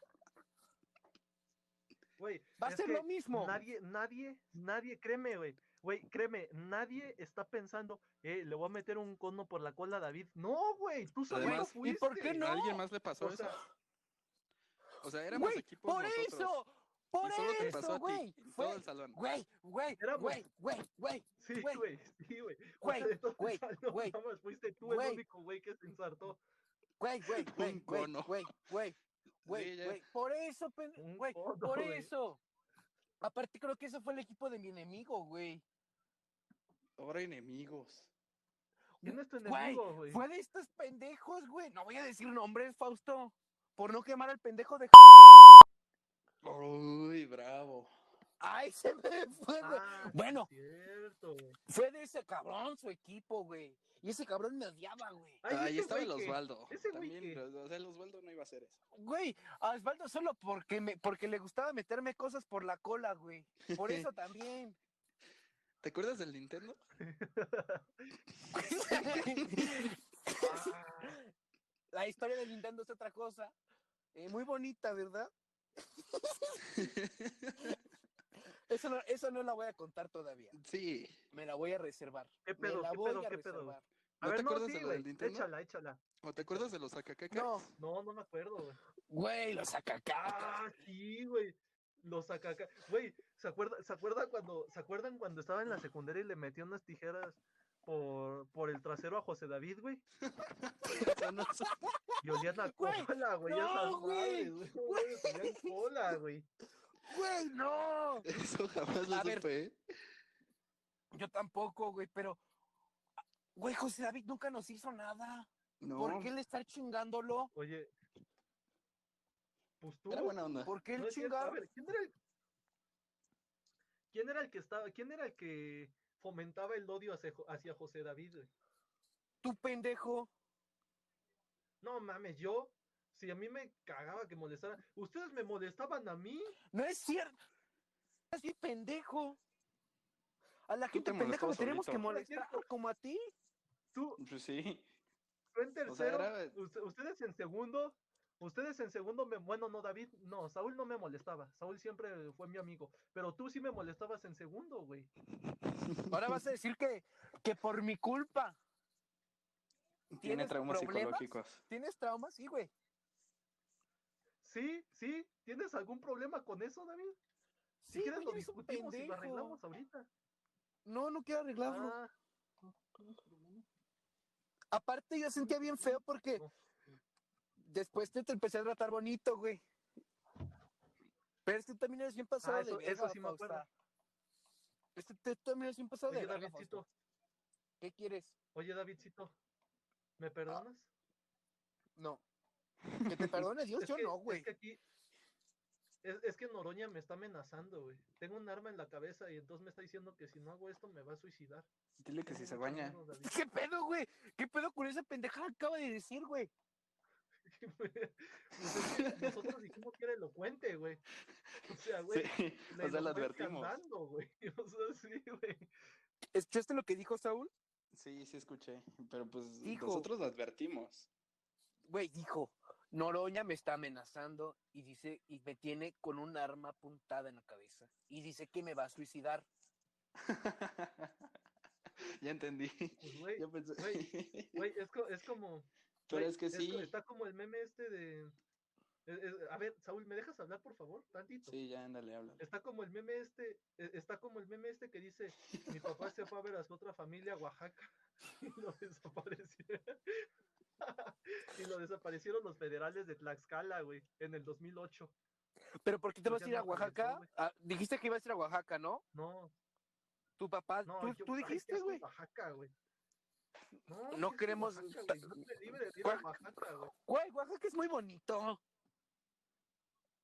Güey, Va a es ser que lo mismo. Nadie, nadie, nadie, créeme, güey. Güey, créeme, nadie está pensando, eh, le voy a meter un cono por la cola a David. No, güey, tú solo Además- ¿y por qué ¿A no? alguien más le pasó O sea, eso? O sea, éramos Güey, equipos Por nosotros, eso, y por solo te pasó eso, a ti, güey. en Fue- todo el salón. Güey, güey, Éramos- güey, güey, güey. Sí, güey, güey, sí, güey. O güey, sea, de todo el güey, salón, güey, nada más fuiste tú güey. el único güey que se ensartó. Güey, güey, [LAUGHS] güey, Un güey, cono. güey, güey, güey, Sí, ya. güey. Por eso, pen- Un güey, cono, por güey. eso. Aparte creo que ese fue el equipo de mi enemigo, güey. Ahora enemigos. ¿Quién es tu Güey, enemigo, güey? fue de estos pendejos, güey. No voy a decir nombres, Fausto. Por no quemar al pendejo de Javier. Uy, bravo. Ay, [LAUGHS] se me fue, güey. Ah, sí, Bueno. Cierto. güey. Fue de ese cabrón su equipo, güey. Y ese cabrón me odiaba, güey. Ay, Ahí ese estaba el güey que- Osvaldo. ese güey También, que- o sea, el Osvaldo no iba a hacer eso. Güey, a Osvaldo solo porque, me, porque le gustaba meterme cosas por la cola, güey. [LAUGHS] Por eso también. ¿Te acuerdas del Nintendo? Ah, la historia de Nintendo es otra cosa. Eh, muy bonita, [LAUGHS] ¿verdad? Eso no, eso no la voy a contar todavía. sí. Me la voy a reservar. ¿Qué Me pedo? la ¿Qué voy pedo? a ¿Qué pedo? reservar. A ¿No te ver, no, acuerdas sí, de lo del güey. Nintendo? Échala, échala. ¿O te acuerdas de los acacacas? [LAUGHS] No, No, no me acuerdo, güey. güey, los acacacas. Ah, sí, güey. Los sacaca. Güey, ¿se acuerda, ¿se acuerda cuando, ¿se acuerdan cuando estaba en la secundaria y le metió unas tijeras por, por el trasero a José David, güey? Y olían a [LAUGHS] Güey, cola, güey. no, güey, esas madres, No, mames, olían cola, güey. Güey, no. Eso jamás lo A ver. supe. ¿eh? Yo tampoco, güey, pero. Güey, José David nunca nos hizo nada. No, ¿Por qué el estar chingándolo? Oye. Pues tú. era buena onda. ¿Por qué no el es cierto. A chingar? ver, ¿quién era el... ¿Quién era el que estaba, quién era el que fomentaba el odio hacia, Jo- hacia José David, güey? Tú pendejo. No mames, yo, si a mí me cagaba que molestaran, ustedes me molestaban a mí. No es cierto. Estás bien pendejo. A la Tú te gente pendeja molestabas le tenemos que solito. molestar como a ti. Tú, Pues sí. tú en tercero, O sea, era- us- ustedes en segundo, ustedes en segundo, me, bueno, no, David, no, Saúl no me molestaba, Saúl siempre fue mi amigo, pero tú sí me molestabas en segundo, güey. Ahora vas a decir que, que por mi culpa. Tiene ¿Tienes traumas problemas? psicológicos. ¿Tienes traumas? Sí, güey. Sí, sí, ¿tienes algún problema con eso, David? Si Sí, quieres güey, lo eres un discutimos y lo pendejo. arreglamos ahorita. No, no quiero arreglarlo. Ah, Aparte, yo sentía bien feo porque después te, te empecé a tratar bonito, güey. Pero es que tú también eres bien pasado Ah, eso- de verga, eso sí me Fausta. acuerdo. Es que tú también eres bien pasado oye, de verga, Fausta. Davidcito, ¿Qué quieres? oye, Davidcito, Ah. ¿me perdonas? No. Que [LAUGHS] te perdone Dios, Pues Es yo que- no, güey. Es que aquí. Es, es que Noroña me está amenazando, güey. Tengo un arma en la cabeza y entonces me está diciendo que si no hago esto me va a suicidar. Dile que Tengo si se muchos baña. amigos, [LAUGHS] David. ¿Qué [LAUGHS] pedo, güey? ¿Qué pedo con esa pendejada que acaba de decir, güey? Pues es que Nosotros dijimos que era elocuente, güey. O sea, güey. Sí, [LAUGHS] o sea, lo advertimos. Andando, güey. [LAUGHS] O sea, sí, güey. ¿Escuchaste lo que dijo Saúl? Sí, sí escuché. Pero pues Dijo. nosotros lo advertimos. [LAUGHS] Güey, dijo, Noroña me está amenazando y dice, y me tiene con un arma apuntada en la cabeza. Y dice que me va a suicidar. ya entendí. Pues, güey. Yo pensé- [LAUGHS] Güey, Güey, es, co- es como. Pero güey, es que co- sí. Está como el meme este de. es- es- a ver, Saúl, ¿me dejas hablar, por favor? Tantito. Sí, ya ándale, habla. Está como el meme este, e- está como el meme este que dice, mi papá se fue a ver a su otra familia a Oaxaca [LAUGHS] y lo desaparecieron. [LAUGHS] y lo desaparecieron los federales de Tlaxcala, güey, en el 2008. Pero ¿por qué te Pues vas a ya ir a no regresó, Oaxaca? güey. Ah, dijiste que ibas a ir a Oaxaca, ¿no? No, Tu papá, no, tú, yo- tú ay, qué dijiste, asco güey. Oaxaca, güey. No, ¿qué No asco queremos- Oaxaca, güey, Dios me libre de ir a Oaxaca. Oaxaca, güey. Güey, Oaxaca es muy bonito.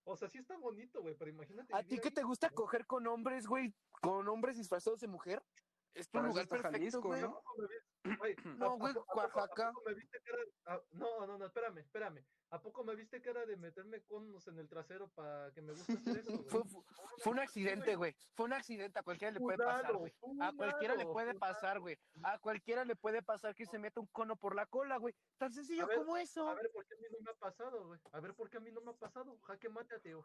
O sea, sí está bonito, güey, pero imagínate. ¿A vivir ti que ahí, te gusta ¿no? coger con hombres, güey? ¿Con hombres disfrazados de mujer? Es tu Para eso lugar está perfecto, Jalisco, güey. ¿no? ¿Cómo me ves? Güey, ¿a- No, a güey, po- a poco- a Oaxaca. poco me viste que era- a- No, no, no, espérame, espérame. ¿A poco me viste que era de meterme conos en el trasero para que me guste hacer eso? güey? Fue, fue- fue un accidente, güey. Fue un accidente, a cualquiera le puede pasar, Funado, güey. A cualquiera le funado, puede funado. pasar, güey. A cualquiera le puede pasar que se meta un cono por la cola, güey. Tan sencillo A ver, como A eso. ver por qué a mí no me ha pasado, güey. A ver por qué a mí no me ha pasado. Jaque mate, ateo.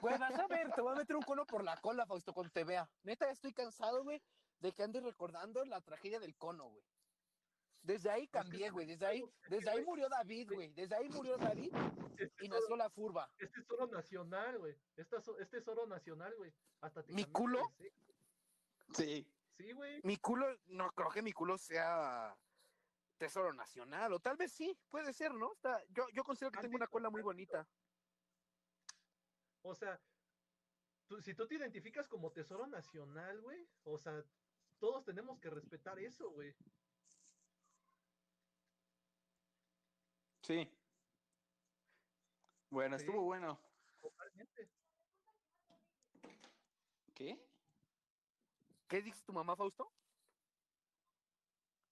Güey, vas a ver, te voy a meter un cono por la cola, Fausto, cuando te vea. Neta, ya estoy cansado, güey, de que andes recordando la tragedia del cono, güey. Desde ahí cambié, güey. Desde ahí, desde ahí murió David, güey. Desde ahí murió David Este y es nació oro, la furba. este es oro nacional, güey. Esta es o- Este es oro nacional, güey. Hasta te ¿Mi cambiaste culo? de sexo. Sí. Sí, güey. Mi culo, no creo que mi culo sea tesoro nacional, o tal vez sí, puede ser, ¿no? Está, yo, yo considero que tengo una cola muy bonita. O sea, tú- si tú te identificas como tesoro nacional, güey, o sea, todos tenemos que respetar eso, güey. Sí. Bueno, Sí. estuvo bueno. Totalmente. ¿Qué? ¿Qué dice tu mamá, Fausto?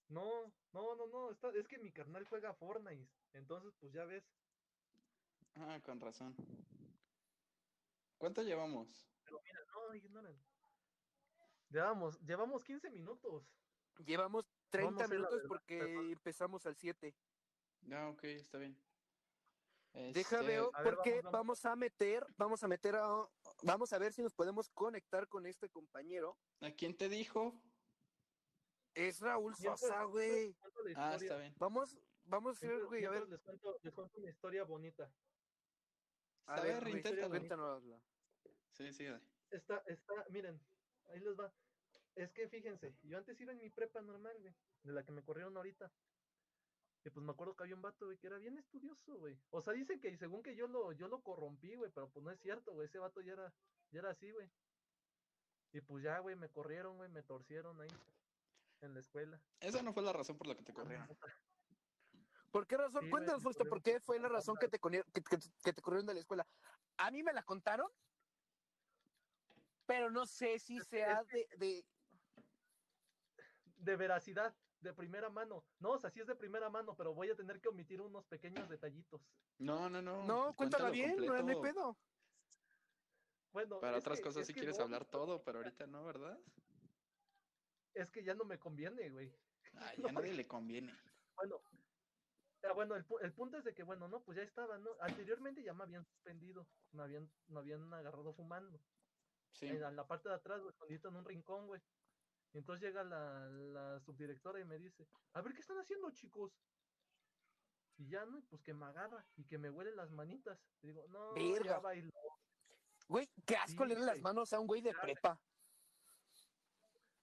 No, no, no, no. está- es que mi carnal juega Fortnite. Entonces, pues ya ves. Ah, con razón. ¿Cuánto llevamos? No, ignoran. Llevamos, llevamos 15 minutos. Llevamos 30 No, no sé, la minutos verdad, porque perdón. empezamos al 7. Ah, ok, está bien. Deja Este, veo a ver, porque vamos, vamos a meter, vamos a meter a, vamos a ver si nos podemos conectar con este compañero. ¿A quién te dijo? Es Raúl Mientras- Sosa, güey. mientras cuento la Ah, historia- está bien. Vamos, vamos a ver, mientras- güey, a ver. mientras Les cuento, les cuento una historia bonita. A A ver, ver, güey, inténtalo. cuéntanosla. Sí, sí, dale. Está, está, miren, ahí les va. Es que fíjense, yo antes iba en mi prepa normal, güey, de la que me corrieron ahorita. Y pues me acuerdo que había un vato, güey, que era bien estudioso, güey. O sea, dicen que según que yo lo, yo lo corrompí, güey, pero pues no es cierto, güey. Ese vato ya era, ya era así, güey. Y pues ya, güey, me corrieron, güey, me torcieron ahí en la escuela. Esa no fue la razón por la que te corrieron. ¿Por qué razón? Sí, güey, Cuéntanos, me Fausto, ¿por corrieron qué por fue la razón que te, corri- que, que- que te corrieron de la escuela? A mí me la contaron, pero no sé si sea de, de- De veracidad, de primera mano. No, o sea, sí es de primera mano, pero voy a tener que omitir unos pequeños detallitos. No, no, no. No, cuéntala cuéntalo bien, no, no hay completo. pedo. Bueno, Para es otras que- cosas es sí que quieres no, hablar todo, pero ahorita no, ¿verdad? Es que ya no me conviene, güey. Ay, a nadie le conviene. Bueno, ah, bueno, el, pu- el punto es de que, bueno, no, pues ya estaba, ¿no? Anteriormente ya me habían suspendido, me habían, me habían agarrado fumando. Sí. En la, la parte de atrás, güey, escondido en un rincón, güey. Y entonces llega la, la subdirectora y me dice, a ver, ¿qué están haciendo, chicos? Y ya, ¿no? Y Pues que me agarra y que me huele las manitas. Y digo, no, Verga. ya bailó. Güey, qué asco Sí, leerle las güey. manos a un güey de Ya, prepa.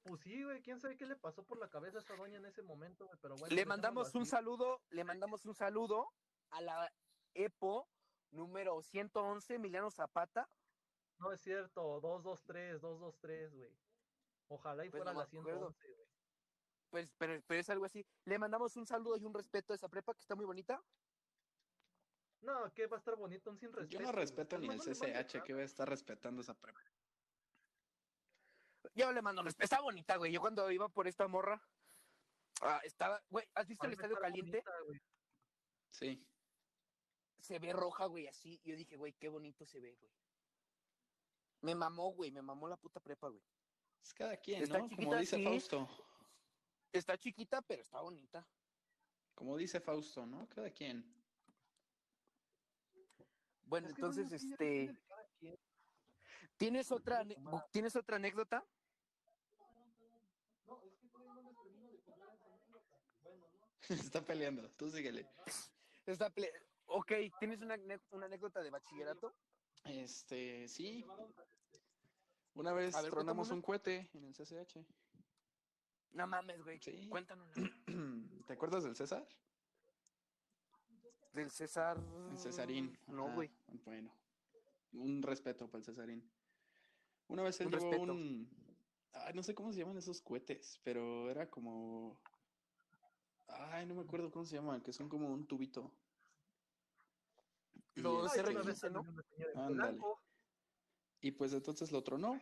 Pues sí, güey, quién sabe qué le pasó por la cabeza a esa doña en ese momento, güey, pero bueno. pues Le dejémoslo mandamos un así. saludo, le mandamos un saludo a la EPO número 111, Emiliano Zapata. No es cierto, 223, 223, güey. Ojalá y Pues fuera no me la acuerdo. 111, güey. Pues, pero, pero es algo así. Le mandamos un saludo y un respeto a esa prepa que está muy bonita. No, que va a estar bonito, un sin respeto. Pues Yo no güey. respeto Es ni más, el no le mando CCH, nada. que va a estar respetando esa prepa. Yo le mando respeto. Está bonita, güey. Yo cuando iba por esta morra, ah, estaba, güey, ¿has visto Va el a estadio estar caliente? bonita, güey. Sí. se ve roja, güey, así. Yo dije, güey, qué bonito se ve, güey. Me mamó, güey, me mamó la puta prepa, güey. Es cada quien, Está ¿no? Como chiquita, dice sí. Fausto. Está chiquita, pero está bonita. Como dice Fausto, ¿no? Cada quien. Bueno, Es que, bueno, entonces, sí, ya este, depende de cada quien. ¿tienes otra, de ane- tomar. gu- ¿tienes otra anécdota? No, es que todavía no les termino de contar esa anécdota. Bueno, ¿no? [LAUGHS] Está peleando. Tú síguele. Está ple- ok, ¿tienes una, ane- una anécdota de bachillerato? Este, sí. Una vez A ver, cuéntame tronamos una. un cohete en el CCH. No mames, güey. Sí. Cuéntanos. [CLEARS THROAT] ¿Te acuerdas del César? [CLEARS THROAT] Del César. El Cesarín. Ah, No, ajá, güey. Bueno, un respeto para el Cesarín. Una vez él Un llevó respeto. un. Ay, no sé cómo se llaman esos cohetes, pero era como. Ay, no me acuerdo cómo se llaman, que son como un tubito. Y Los Ay, este, R15, Ah, una vez ¿no? salió una señora en Ándale. blanco. Y pues entonces lo tronó.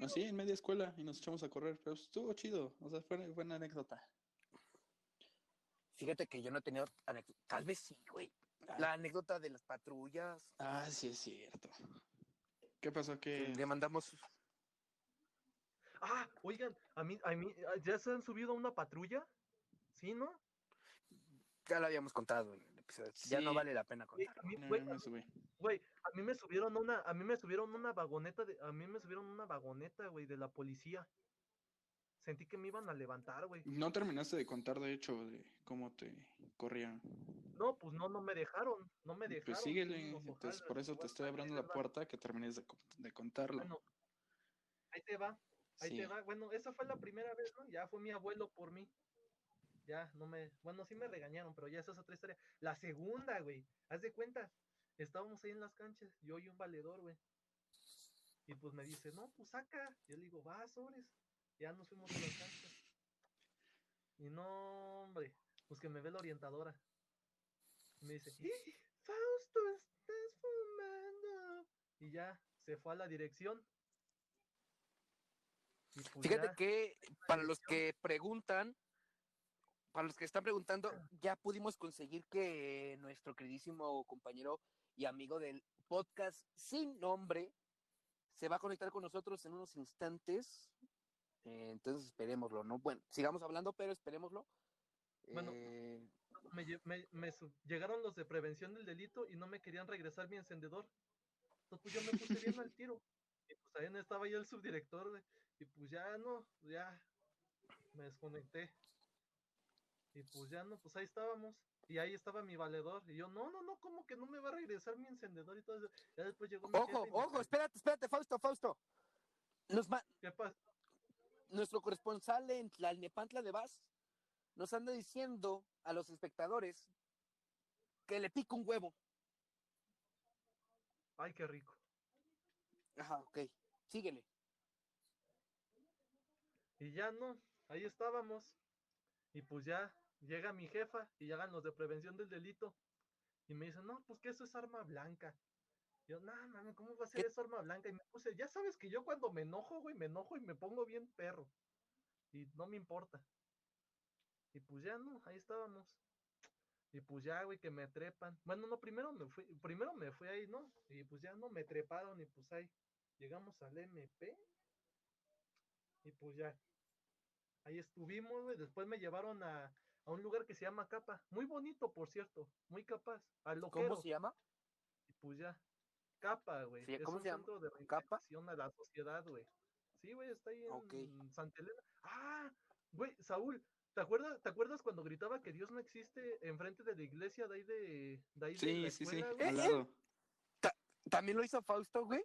Así, en media escuela, y nos echamos a correr, pero estuvo chido. O sea, fue fue una buena anécdota. Fíjate que yo no he tenido anécdota. Tal vez sí, güey. La anécdota de las patrullas. Ah, sí, es cierto. ¿Qué pasó? que Le mandamos. Ah, oigan, a mí, a mí, ¿ya se han subido a una patrulla? ¿Sí, no? Ya la habíamos contado en el episodio. Ya no Sí. vale la pena Güey, contar. a mí, No, güey, no a me mí- subí. Güey, a mí me subieron una, a mí me subieron una vagoneta de, a mí me subieron una vagoneta, güey, de la policía. Sentí que me iban a levantar, güey. No terminaste de contar, de hecho, de cómo te corrían. No, pues no, no me dejaron, no me dejaron. Pues sí, síguele, los entonces ojalá, por eso te igual, estoy ahí abriendo te la va, puerta que termines de, co- de contarlo. Bueno, ahí te va, ahí Sí. te va. Bueno, esa fue la primera vez, ¿no? Ya fue mi abuelo por mí. Ya, no me, bueno, sí me regañaron, pero ya esa es otra historia. La segunda, güey, haz de cuenta, estábamos ahí en las canchas, yo y un valedor, güey. Y pues me dice, no, pues saca. Yo le digo, va, sobres. Ya nos fuimos a las canchas. Y no, hombre, pues que me ve la orientadora. Me dice, "¡Ih! Fausto, estás fumando. Y ya, se fue a la dirección. Y pues Fíjate ya, que para los que preguntan, para los que están preguntando, ya pudimos conseguir que nuestro queridísimo compañero y amigo del podcast sin nombre se va a conectar con nosotros en unos instantes. Eh, entonces esperémoslo, ¿no? Bueno, sigamos hablando, pero esperémoslo. Bueno. Eh, me lle- me- me su- llegaron los de prevención del delito y no me querían regresar mi encendedor. Entonces pues yo me puse bien al tiro. Y pues ahí estaba yo el subdirector de- y pues ya no, ya me desconecté. Y pues ya no, pues ahí estábamos. Y ahí estaba mi valedor. Y yo, no, no, no, ¿cómo que no me va a regresar mi encendedor y todo eso? Ya después llegó mi ojo, jefe y me ojo, este dijo, espérate, espérate, Fausto, Fausto. Nos, ma- ¿Qué pasa? nuestro corresponsal en Tlalnepantla de Vaz nos anda diciendo a los espectadores que le pica un huevo. Ay, qué rico. Ajá, ok. Síguele. Y ya no, ahí estábamos. Y pues ya llega mi jefa y llegan los de prevención del delito. Y me dicen, no, pues que eso es arma blanca. Yo, no, mami, ¿cómo va a ser ¿Qué? eso arma blanca? Y me puse, ya sabes que yo cuando me enojo, güey, me enojo y me pongo bien perro. Y no me importa. Y pues ya no, ahí estábamos. Y pues ya, güey, que me trepan. Bueno, no, primero me fui, primero me fui ahí, ¿no? Y pues ya no, me treparon y pues ahí. Llegamos al MP. Y pues ya. Ahí estuvimos, güey. Después me llevaron a, a un lugar que se llama Capa. Muy bonito, por cierto. Muy capaz. Al ¿Cómo loquero. se llama? Y pues ya. Capa, güey. Sí, es ¿cómo un se llama? centro de ¿Capa? reintegración a la sociedad, güey. Sí, güey, está ahí en Ok. Santa Elena. ¡Ah! Güey, Saúl, ¿te acuerdas, ¿te acuerdas cuando gritaba que Dios no existe enfrente de la iglesia de ahí de, de, ahí de Sí, la sí, sí, escuela, güey? al lado. ¿También lo hizo Fausto, güey?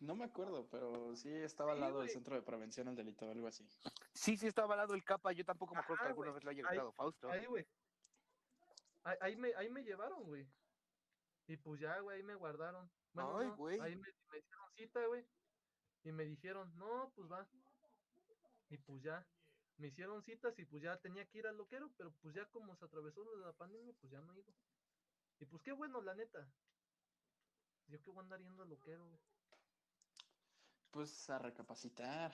No me acuerdo, pero sí estaba al Sí, lado del güey. centro de prevención al delito o algo así. Sí, sí, estaba al lado el capa. Yo tampoco me acuerdo que Ajá, alguna güey. vez lo haya Ahí- gritado Fausto. Ahí, güey. Ahí, ahí me, ahí me llevaron, güey. Y pues ya, güey, ahí me guardaron. Bueno, Ay, no, güey. Ahí me, me hicieron cita, güey. Y me dijeron, no, pues va. Y pues ya. Me hicieron citas y pues ya tenía que ir al loquero, pero pues ya como se atravesó lo de la pandemia, pues ya no he ido. Y pues qué bueno, la neta. Yo qué voy a andar yendo al loquero, güey. Pues a recapacitar.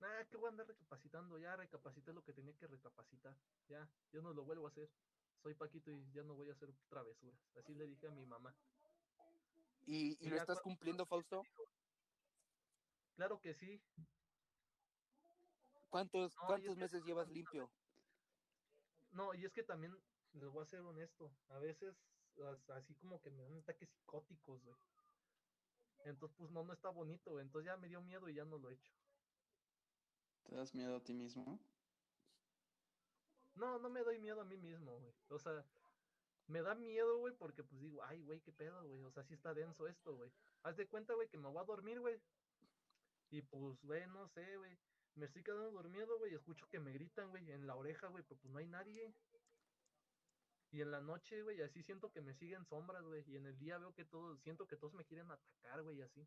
Ah, qué voy a andar recapacitando. Ya recapacité lo que tenía que recapacitar. Ya, yo no lo vuelvo a hacer. Soy Paquito y ya no voy a hacer travesuras. Así le dije a mi mamá. ¿Y, y lo Mira, estás cu- cumpliendo, Fausto? Claro que sí. ¿Cuántos, No, yo cuántos creo meses que llevas no. limpio? No, y es que también les voy a ser honesto. A veces, as- así como que me dan ataques psicóticos, güey. Entonces, pues no, no está bonito, güey. Entonces ya me dio miedo y ya no lo he hecho. ¿Te das miedo a ti mismo? No, no me doy miedo a mí mismo, güey. O sea, me da miedo, güey, porque pues digo, ay, güey, qué pedo, güey. O sea, sí está denso esto, güey. Haz de cuenta, güey, que me voy a dormir, güey. Y pues, güey, no sé, güey. Me estoy quedando dormido, güey. y Escucho que me gritan, güey, en la oreja, güey, pero pues no hay nadie. Y en la noche, güey, así siento que me siguen sombras, güey. Y en el día veo que todos, siento que todos me quieren atacar, güey, y así.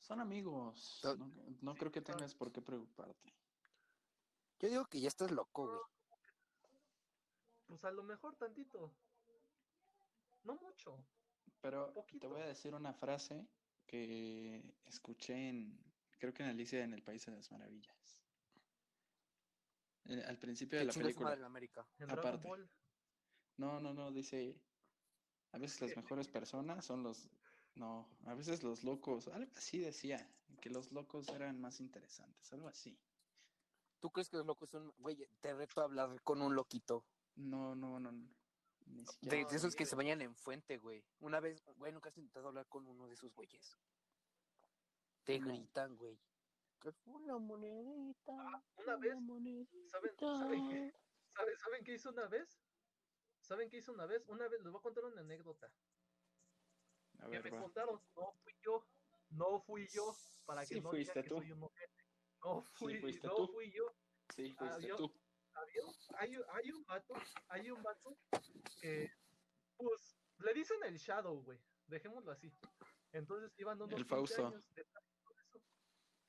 Son amigos. To- No, no creo que son- tengas por qué preocuparte. Yo digo que ya estás loco, güey. Pues a lo mejor tantito. No mucho. Pero te Poquito. voy a decir una frase que escuché en, creo que en Alicia en el País de las Maravillas. Eh, al principio de Que la chinga su película. madre en América. En Dragon Aparte. Ball. No, no, no, dice, a veces las [LAUGHS] mejores personas son los, no, a veces los locos, algo así decía, que los locos eran más interesantes, algo así. ¿Tú crees que los locos son... Güey, te reto a hablar con un loquito. No, no, no, no, ni De, siquiera. de esos que sí, se bañan en fuente, güey. Una vez, güey, ¿nunca has intentado hablar con uno de esos güeyes? Te No. gritan, güey. Que Una Ah, monedita. Una vez, [LAUGHS] monedita. ¿Saben, saben, qué, saben, saben qué hizo una vez? ¿Saben qué hizo una vez? Una vez les voy a contar una anécdota. A Que ver, me va. contaron, no fui yo, no fui yo, para que Sí no fuiste digan que tú. soy un ojete. No fui, fuiste no tú. fui yo. Sí, fuiste Adiós. tú. Había un- Hay, un- hay un vato, hay un vato que, pues, le dicen el Shadow, güey. Dejémoslo así. Entonces iban unos El 15 Fausto. años de estar haciendo eso.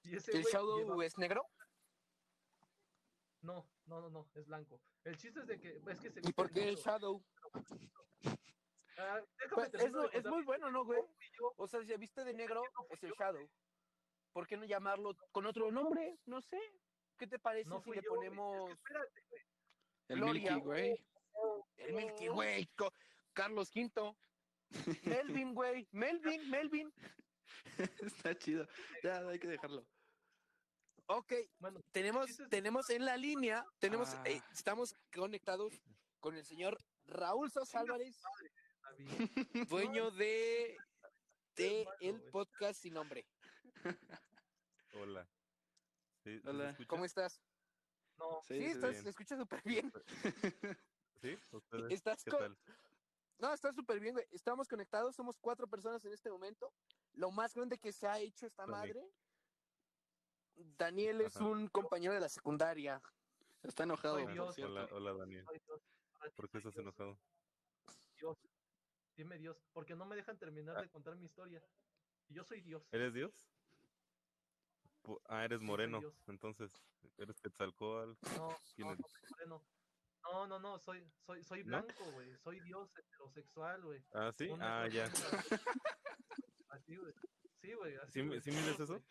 Y ese ¿El güey Shadow llevaba- es negro? No, No, no, no, es blanco. El chiste es de que. Es que se ¿Y por visten qué el mucho. Shadow? Ah, déjame Pues, terminar es, de lo- es contar muy bueno, ¿no, güey? y yo- O sea, si se viste de negro, no fui es el yo, Shadow. ¿Por qué no llamarlo con otro nombre? No sé. ¿Qué te parece No si fui le yo, güey. Es que ponemos espérate, güey. El Gloria. Milky, güey. el Milky Way? co- Carlos [LAUGHS] V. Melvin, güey. Melvin, Melvin. [LAUGHS] Está chido. Ya, hay que dejarlo. Ok, Bueno, tenemos, Ese es- tenemos en la línea, tenemos, Ah. eh, estamos conectados con el señor Raúl Sos Chinga Álvarez, David, dueño de, de malo, el güey. podcast sin nombre. Hola. ¿Sí, sí se Hola. escucha? [LAUGHS] ¿Cómo estás? No, Sí, sí, estás, bien. te escuchas súper bien. ¿Sí? ¿Ustedes? Estás ¿Qué co- tal? No, estás súper bien, güey. Estamos conectados, somos cuatro personas en este momento. Lo más grande que se ha hecho esta Dani. madre. Daniel es Ajá. un compañero de la secundaria. Está enojado, Soy por Ah, Dios, cierto. hola, hola, Daniel. ay, Dios, ahora ¿Por sí qué soy estás Dios, enojado? Dios. Dime Dios, porque no me dejan terminar de contar mi historia. Y yo soy Dios. Ah. ¿Eres Dios? Pu- Ah, eres Sí, soy moreno. Dios. Entonces, ¿eres Quetzalcóatl? No, ¿Quién no, eres? no, soy moreno. No, no, no, soy, soy, soy ¿No? blanco, güey. Soy Dios heterosexual, güey. Ah, sí. Un Ah, ya. heterosexual. [LAUGHS] Así, güey. Sí, güey. así, ¿Sí, me- güey, sí mides Dios, eso? güey.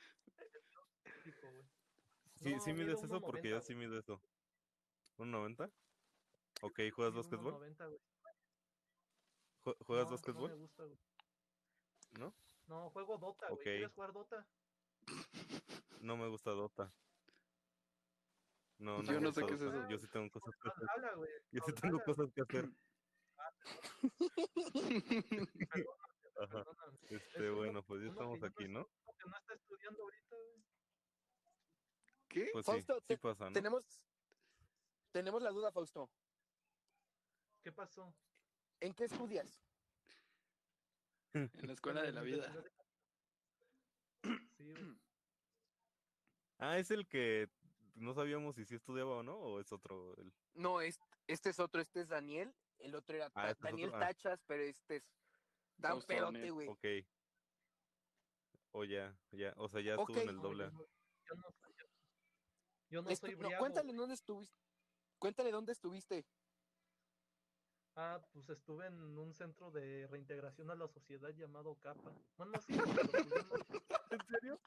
Típico, güey. Sí, sí No, mides mido eso porque 1.90, yo sí mido eso. ¿Un 90? Ok, ¿juegas Sí, básquetbol? 1.90, güey. ¿Jue- ¿Juegas No, No, básquetbol? me gusta, güey. ¿No? No, juego Dota, güey. Ok. ¿Quieres jugar [LAUGHS] Dota? No me gusta Dota. No, no Yo me no sé gusta qué es Dota. eso. Yo sí tengo cosas que [LAUGHS] hacer. Habla, güey. Yo sí Habla, tengo güey. cosas que hacer. Ajá. Perdóname. Este, uno- bueno, pues uno ya que estamos yo no aquí, ¿no? Como que no está estudiando ahorita, güey. ¿Qué? Pues sí, Fausto, sí te- pasa, ¿no? Tenemos, tenemos la duda, Fausto. ¿Qué pasó? ¿En qué estudias? En la escuela de la [LAUGHS] vida. [CLEARS THROAT] Sí, güey. Ah, es el que no sabíamos si sí estudiaba o no, o es otro. El... No, este, este es otro, este es Daniel. El otro era Ah, Ta- este es Daniel otro, ah. Tachas, pero este es. Da un Fausto pelote, Daniel. güey. Ok. O ya, ya, o sea, ya estuvo Ok. en el No, yo doble. A. no- Yo no soy, yo no Estu- soy no, briago, cuéntale güey. dónde estuviste. Cuéntale dónde estuviste. Ah, pues estuve en un centro de reintegración a la sociedad llamado CAPA. Bueno, no, sí, pero pues yo no- ¿En [LAUGHS] serio?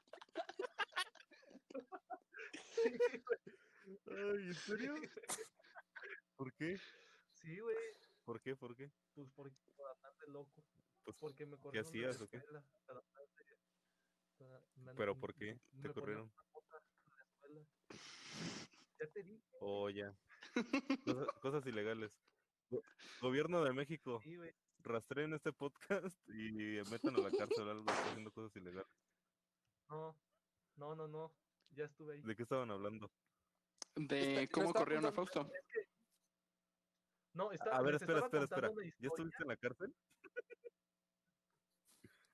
sí, güey, Ay, ¿en serio? [LAUGHS] ¿Por qué? [LAUGHS] sí, güey, ¿Por qué? ¿Por qué? pues porque por andar de loco, Pues, porque me corrieron de la hacías o qué? escuela, por andar de- por- me- ¿Pero por me- qué te me ponían corrieron? una bota en la escuela. Ya te dije, o Oh, ya. Cosa- [LAUGHS] cosas ilegales. Go- Gobierno de México, sí, güey. rastreen este podcast y metan a la cárcel a alguien que está haciendo cosas ilegales. No, no, no, no. Ya estuve ahí. ¿De qué estaban hablando? Está- De lo cómo está corrieron a Fausto. No, está, A ver, les espera, estaba espera, espera. contando una ¿Ya historia. estuviste en la cárcel? [LAUGHS]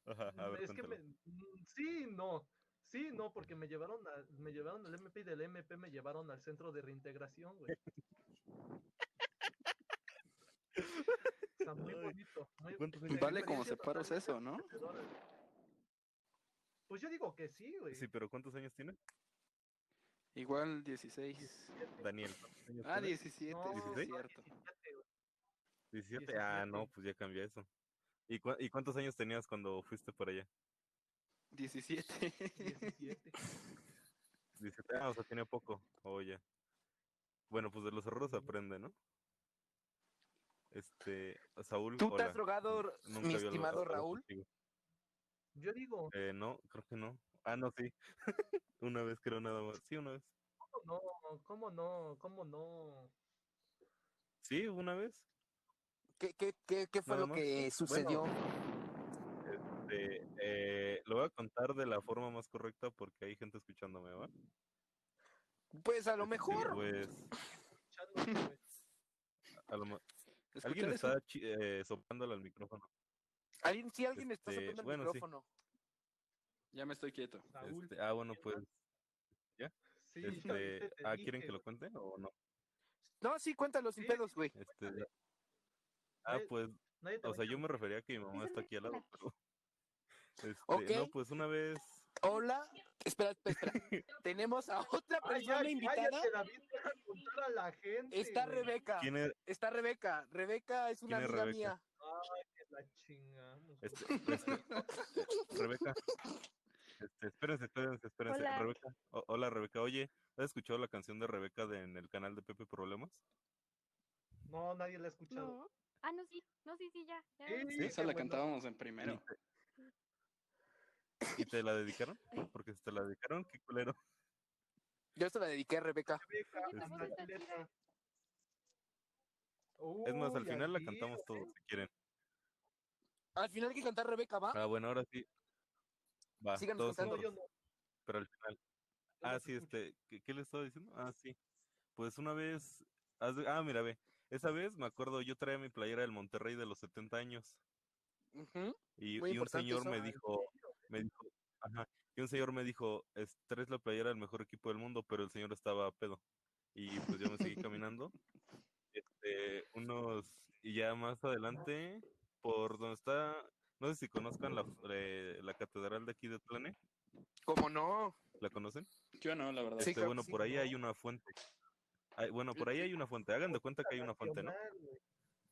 Ajá, a ver, es que cuéntala. me- mm, sí, no. Sí, no, porque me llevaron a- me llevaron al MP y del MP me llevaron al centro de reintegración, güey. Está muy Ay, bonito. muy- ¿Cuántos años una Vale como experiencia separos totalmente eso, ¿no? enriquecedora, güey. Pues yo digo que sí, güey. Sí, pero ¿cuántos años tiene? Igual 16. Daniel. ¿cuántos años Ah, tiene? 17, No, sí, es ¿16? no, cierto. 17, güey. 17. Ah, no, 17. pues ya cambié eso. ¿Y, cua- ¿Y cuántos años tenías cuando fuiste para allá? 17. 17. 17. Ah, o sea, tenía poco. Oh, ya. Bueno, pues de los errores se aprende, ¿no? Este, Saúl. ¿Tú te hola. has drogado, N- nunca mi había hablado- estimado hablado Raúl? contigo. Yo digo, Eh, no, creo que no. Ah, no, sí. [LAUGHS] una vez creo nada más. Sí, una vez. ¿cómo no? ¿Cómo no? ¿Cómo no? Sí, una vez. ¿Qué, qué, qué, qué fue Nada lo más. que sucedió? Este, eh, lo voy a contar de la forma más correcta porque hay gente escuchándome, ¿va? pues a lo Este, mejor. Pues, Escuchando, güey. a lo ma- Escuchen Alguien eso. está chi- eh, soplándole al micrófono. alguien, si alguien está este, soplando el bueno, sí. micrófono. [LAUGHS] Ya me estoy quieto. Saúl, Este, ah, bueno, ¿quién pues, más? Sí, [LAUGHS] ya este, viste, te ah, ¿quieren que dije, lo cuente o no? No, sí, cuéntalo sin Sí. pedos, güey. Este, ah, Nadie- pues, Nadie Eh, te o va a sea, yo me interrumpir. [LAUGHS] refería a que mi mamá está aquí al lado. pero- Este, Ok. no, pues una vez, Hola, espera, espera, espera. [LAUGHS] Tenemos a otra Ay, persona ay, invitada. cállate, David, deja contar a la gente. Está güey. Rebeca. ¿Quién es? Está Rebeca. Rebeca es una ¿Quién es amiga Rebeca? mía. Ay, que la chingamos. Este, este, Rebeca. Este, espérense, espérense, espérense. Hola. Rebeca. o- hola, Rebeca. Oye, ¿has escuchado la canción de Rebeca de- en el canal de Pepe Problemas? No, nadie la ha escuchado. No. Ah, no, sí. No, sí, sí, ya. ya. Sí, Sí, Esa qué la bueno. cantábamos en primero. ¿Y te [LAUGHS] la dedicaron? Porque si te la dedicaron, qué culero. Yo se la dediqué a Rebeca. Rebeca, Oye, tu hasta voz la está chida. letra. Es más, al Uy, final la al cantamos tiro, todos, ¿eh? si quieren. Al final hay que cantar Rebeca, ¿va? Ah, bueno, ahora sí. Va, Síganos todos contando. No, yo juntos, no. pero al final. yo no Ah, te sí, escucho. este, ¿qué, qué le estaba diciendo? Ah, sí. Pues una vez, haz de- ah, mira, ve, esa vez me acuerdo, yo traía mi playera del Monterrey de los 70 años Ujú. y, Muy y un importante señor eso. me dijo, ¿eh? me dijo, ajá, y un señor me dijo, "Es- traes la playera del mejor equipo del mundo, pero el señor estaba a pedo. Y pues yo me seguí caminando. Este, unos, y ya más adelante, por donde está, no sé si conozcan la, eh, la catedral de aquí de Tlane, ¿Cómo no? ¿la conocen? Yo no, la verdad. Sí, Este, claro que bueno, sí, por ahí ¿no? hay una fuente. Ay, bueno, por ahí hay una fuente. Hagan de cuenta que hay una fuente, ¿no? Nacional, güey.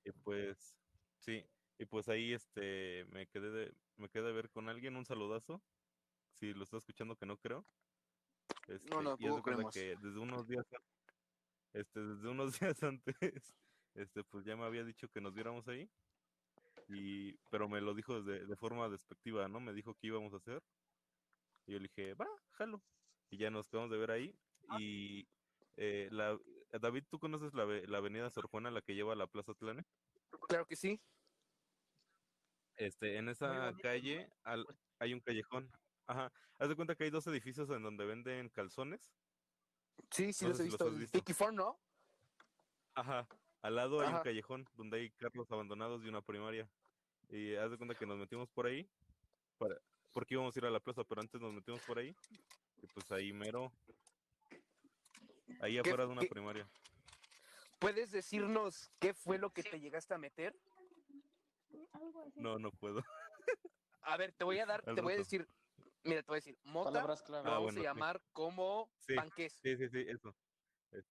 Y pues, sí. Y pues ahí este me quedé de, me quedé a ver con alguien, un saludazo. Si lo está escuchando que no creo. Este, No, no, y haz de tampoco cuenta creemos. que desde unos días an- este, desde unos [LAUGHS] días antes, este, pues ya me había dicho que nos viéramos ahí. Y, pero me lo dijo de, de forma despectiva, ¿no? Me dijo que íbamos a hacer. Y yo le dije, va, jalo. Y ya nos quedamos de ver ahí. Ah. Y eh, la, David, ¿tú conoces la, ave- la avenida Sor Juana, la que lleva a la Plaza Tlane? Claro que sí. Este, en esa bonito, ¿no? calle al- hay un callejón. Ajá. Haz de cuenta que hay dos edificios en donde venden calzones. Sí, sí No los sé he si los visto. has El visto. Tiki Four, ¿no? Ajá. Al lado hay un Ajá. callejón donde hay carros abandonados y una primaria. Y haz de cuenta que nos metimos por ahí. para- porque íbamos a ir a la plaza, pero antes nos metimos por ahí. Y pues ahí mero. Ahí afuera de una qué- primaria. ¿Puedes decirnos qué fue lo que te llegaste a meter? Algo así. No, no puedo. [LAUGHS] A ver, te voy a dar, Al te voy a rato. decir, mira, te voy a decir, mota, Palabras clave. lo Ah, vamos bueno, a sí. llamar como Sí. panques. Sí, sí, sí, eso. Es-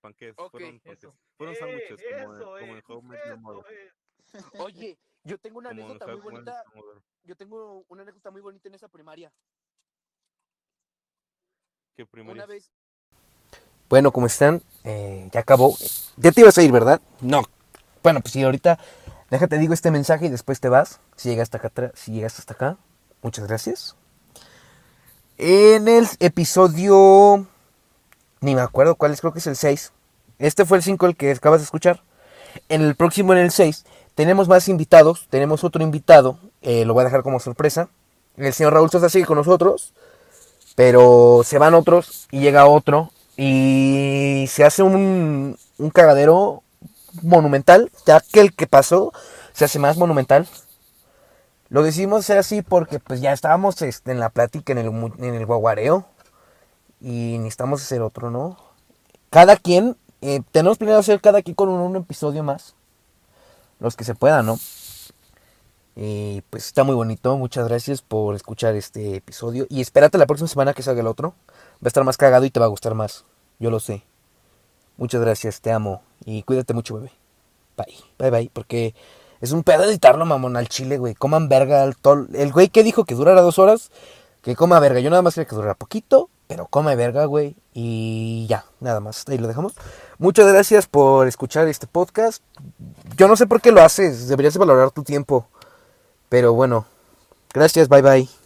Panqués, Ok, fueron eso. panqués. Fueron Eh, sándwiches como, en- eso como en es, Home Media eso Mother, es. Oye, yo tengo una como en anécdota How muy I Met bonita, Your Mother. yo tengo una anécdota muy bonita en esa primaria. ¿Qué Una primaria? vez, Bueno, ¿cómo están? Eh, ya acabó. Ya te ibas a ir, ¿verdad? No. Bueno, pues sí, ahorita déjate, digo este mensaje y después te vas. Si llegaste acá, atra- si llegaste hasta acá, muchas gracias. En el episodio... Ni me acuerdo cuál es, creo que es el 6. Este fue el 5 el que acabas de escuchar. En el próximo, en el 6, tenemos más invitados. Tenemos otro invitado. eh, lo voy a dejar como sorpresa. El señor Raúl Sosa sigue con nosotros pero se van otros y llega otro y se hace un, un cagadero monumental, ya que el que pasó se hace más monumental. Lo decidimos hacer así porque pues ya estábamos este, en la plática, en el, mu- en el guaguareo y necesitamos hacer otro, ¿no? Cada quien, eh, tenemos planeado hacer cada quien con un, un episodio más, los que se puedan, ¿no? Y pues está muy bonito. Muchas gracias por escuchar este episodio. Y espérate la próxima semana que salga el otro. Va a estar más cagado y te va a gustar más. Yo lo sé. Muchas gracias, te amo. Y cuídate mucho, bebé. Bye, bye, bye. Porque es un pedo editarlo, mamón, al chile, güey. Coman verga. al tol- El güey que dijo que durara dos horas, que coma verga. Yo nada más quería que durara poquito, pero come verga, güey. Y ya, nada más. Ahí lo dejamos. Muchas gracias por escuchar este podcast. Yo no sé por qué lo haces. Deberías valorar tu tiempo. Pero bueno, gracias, bye bye.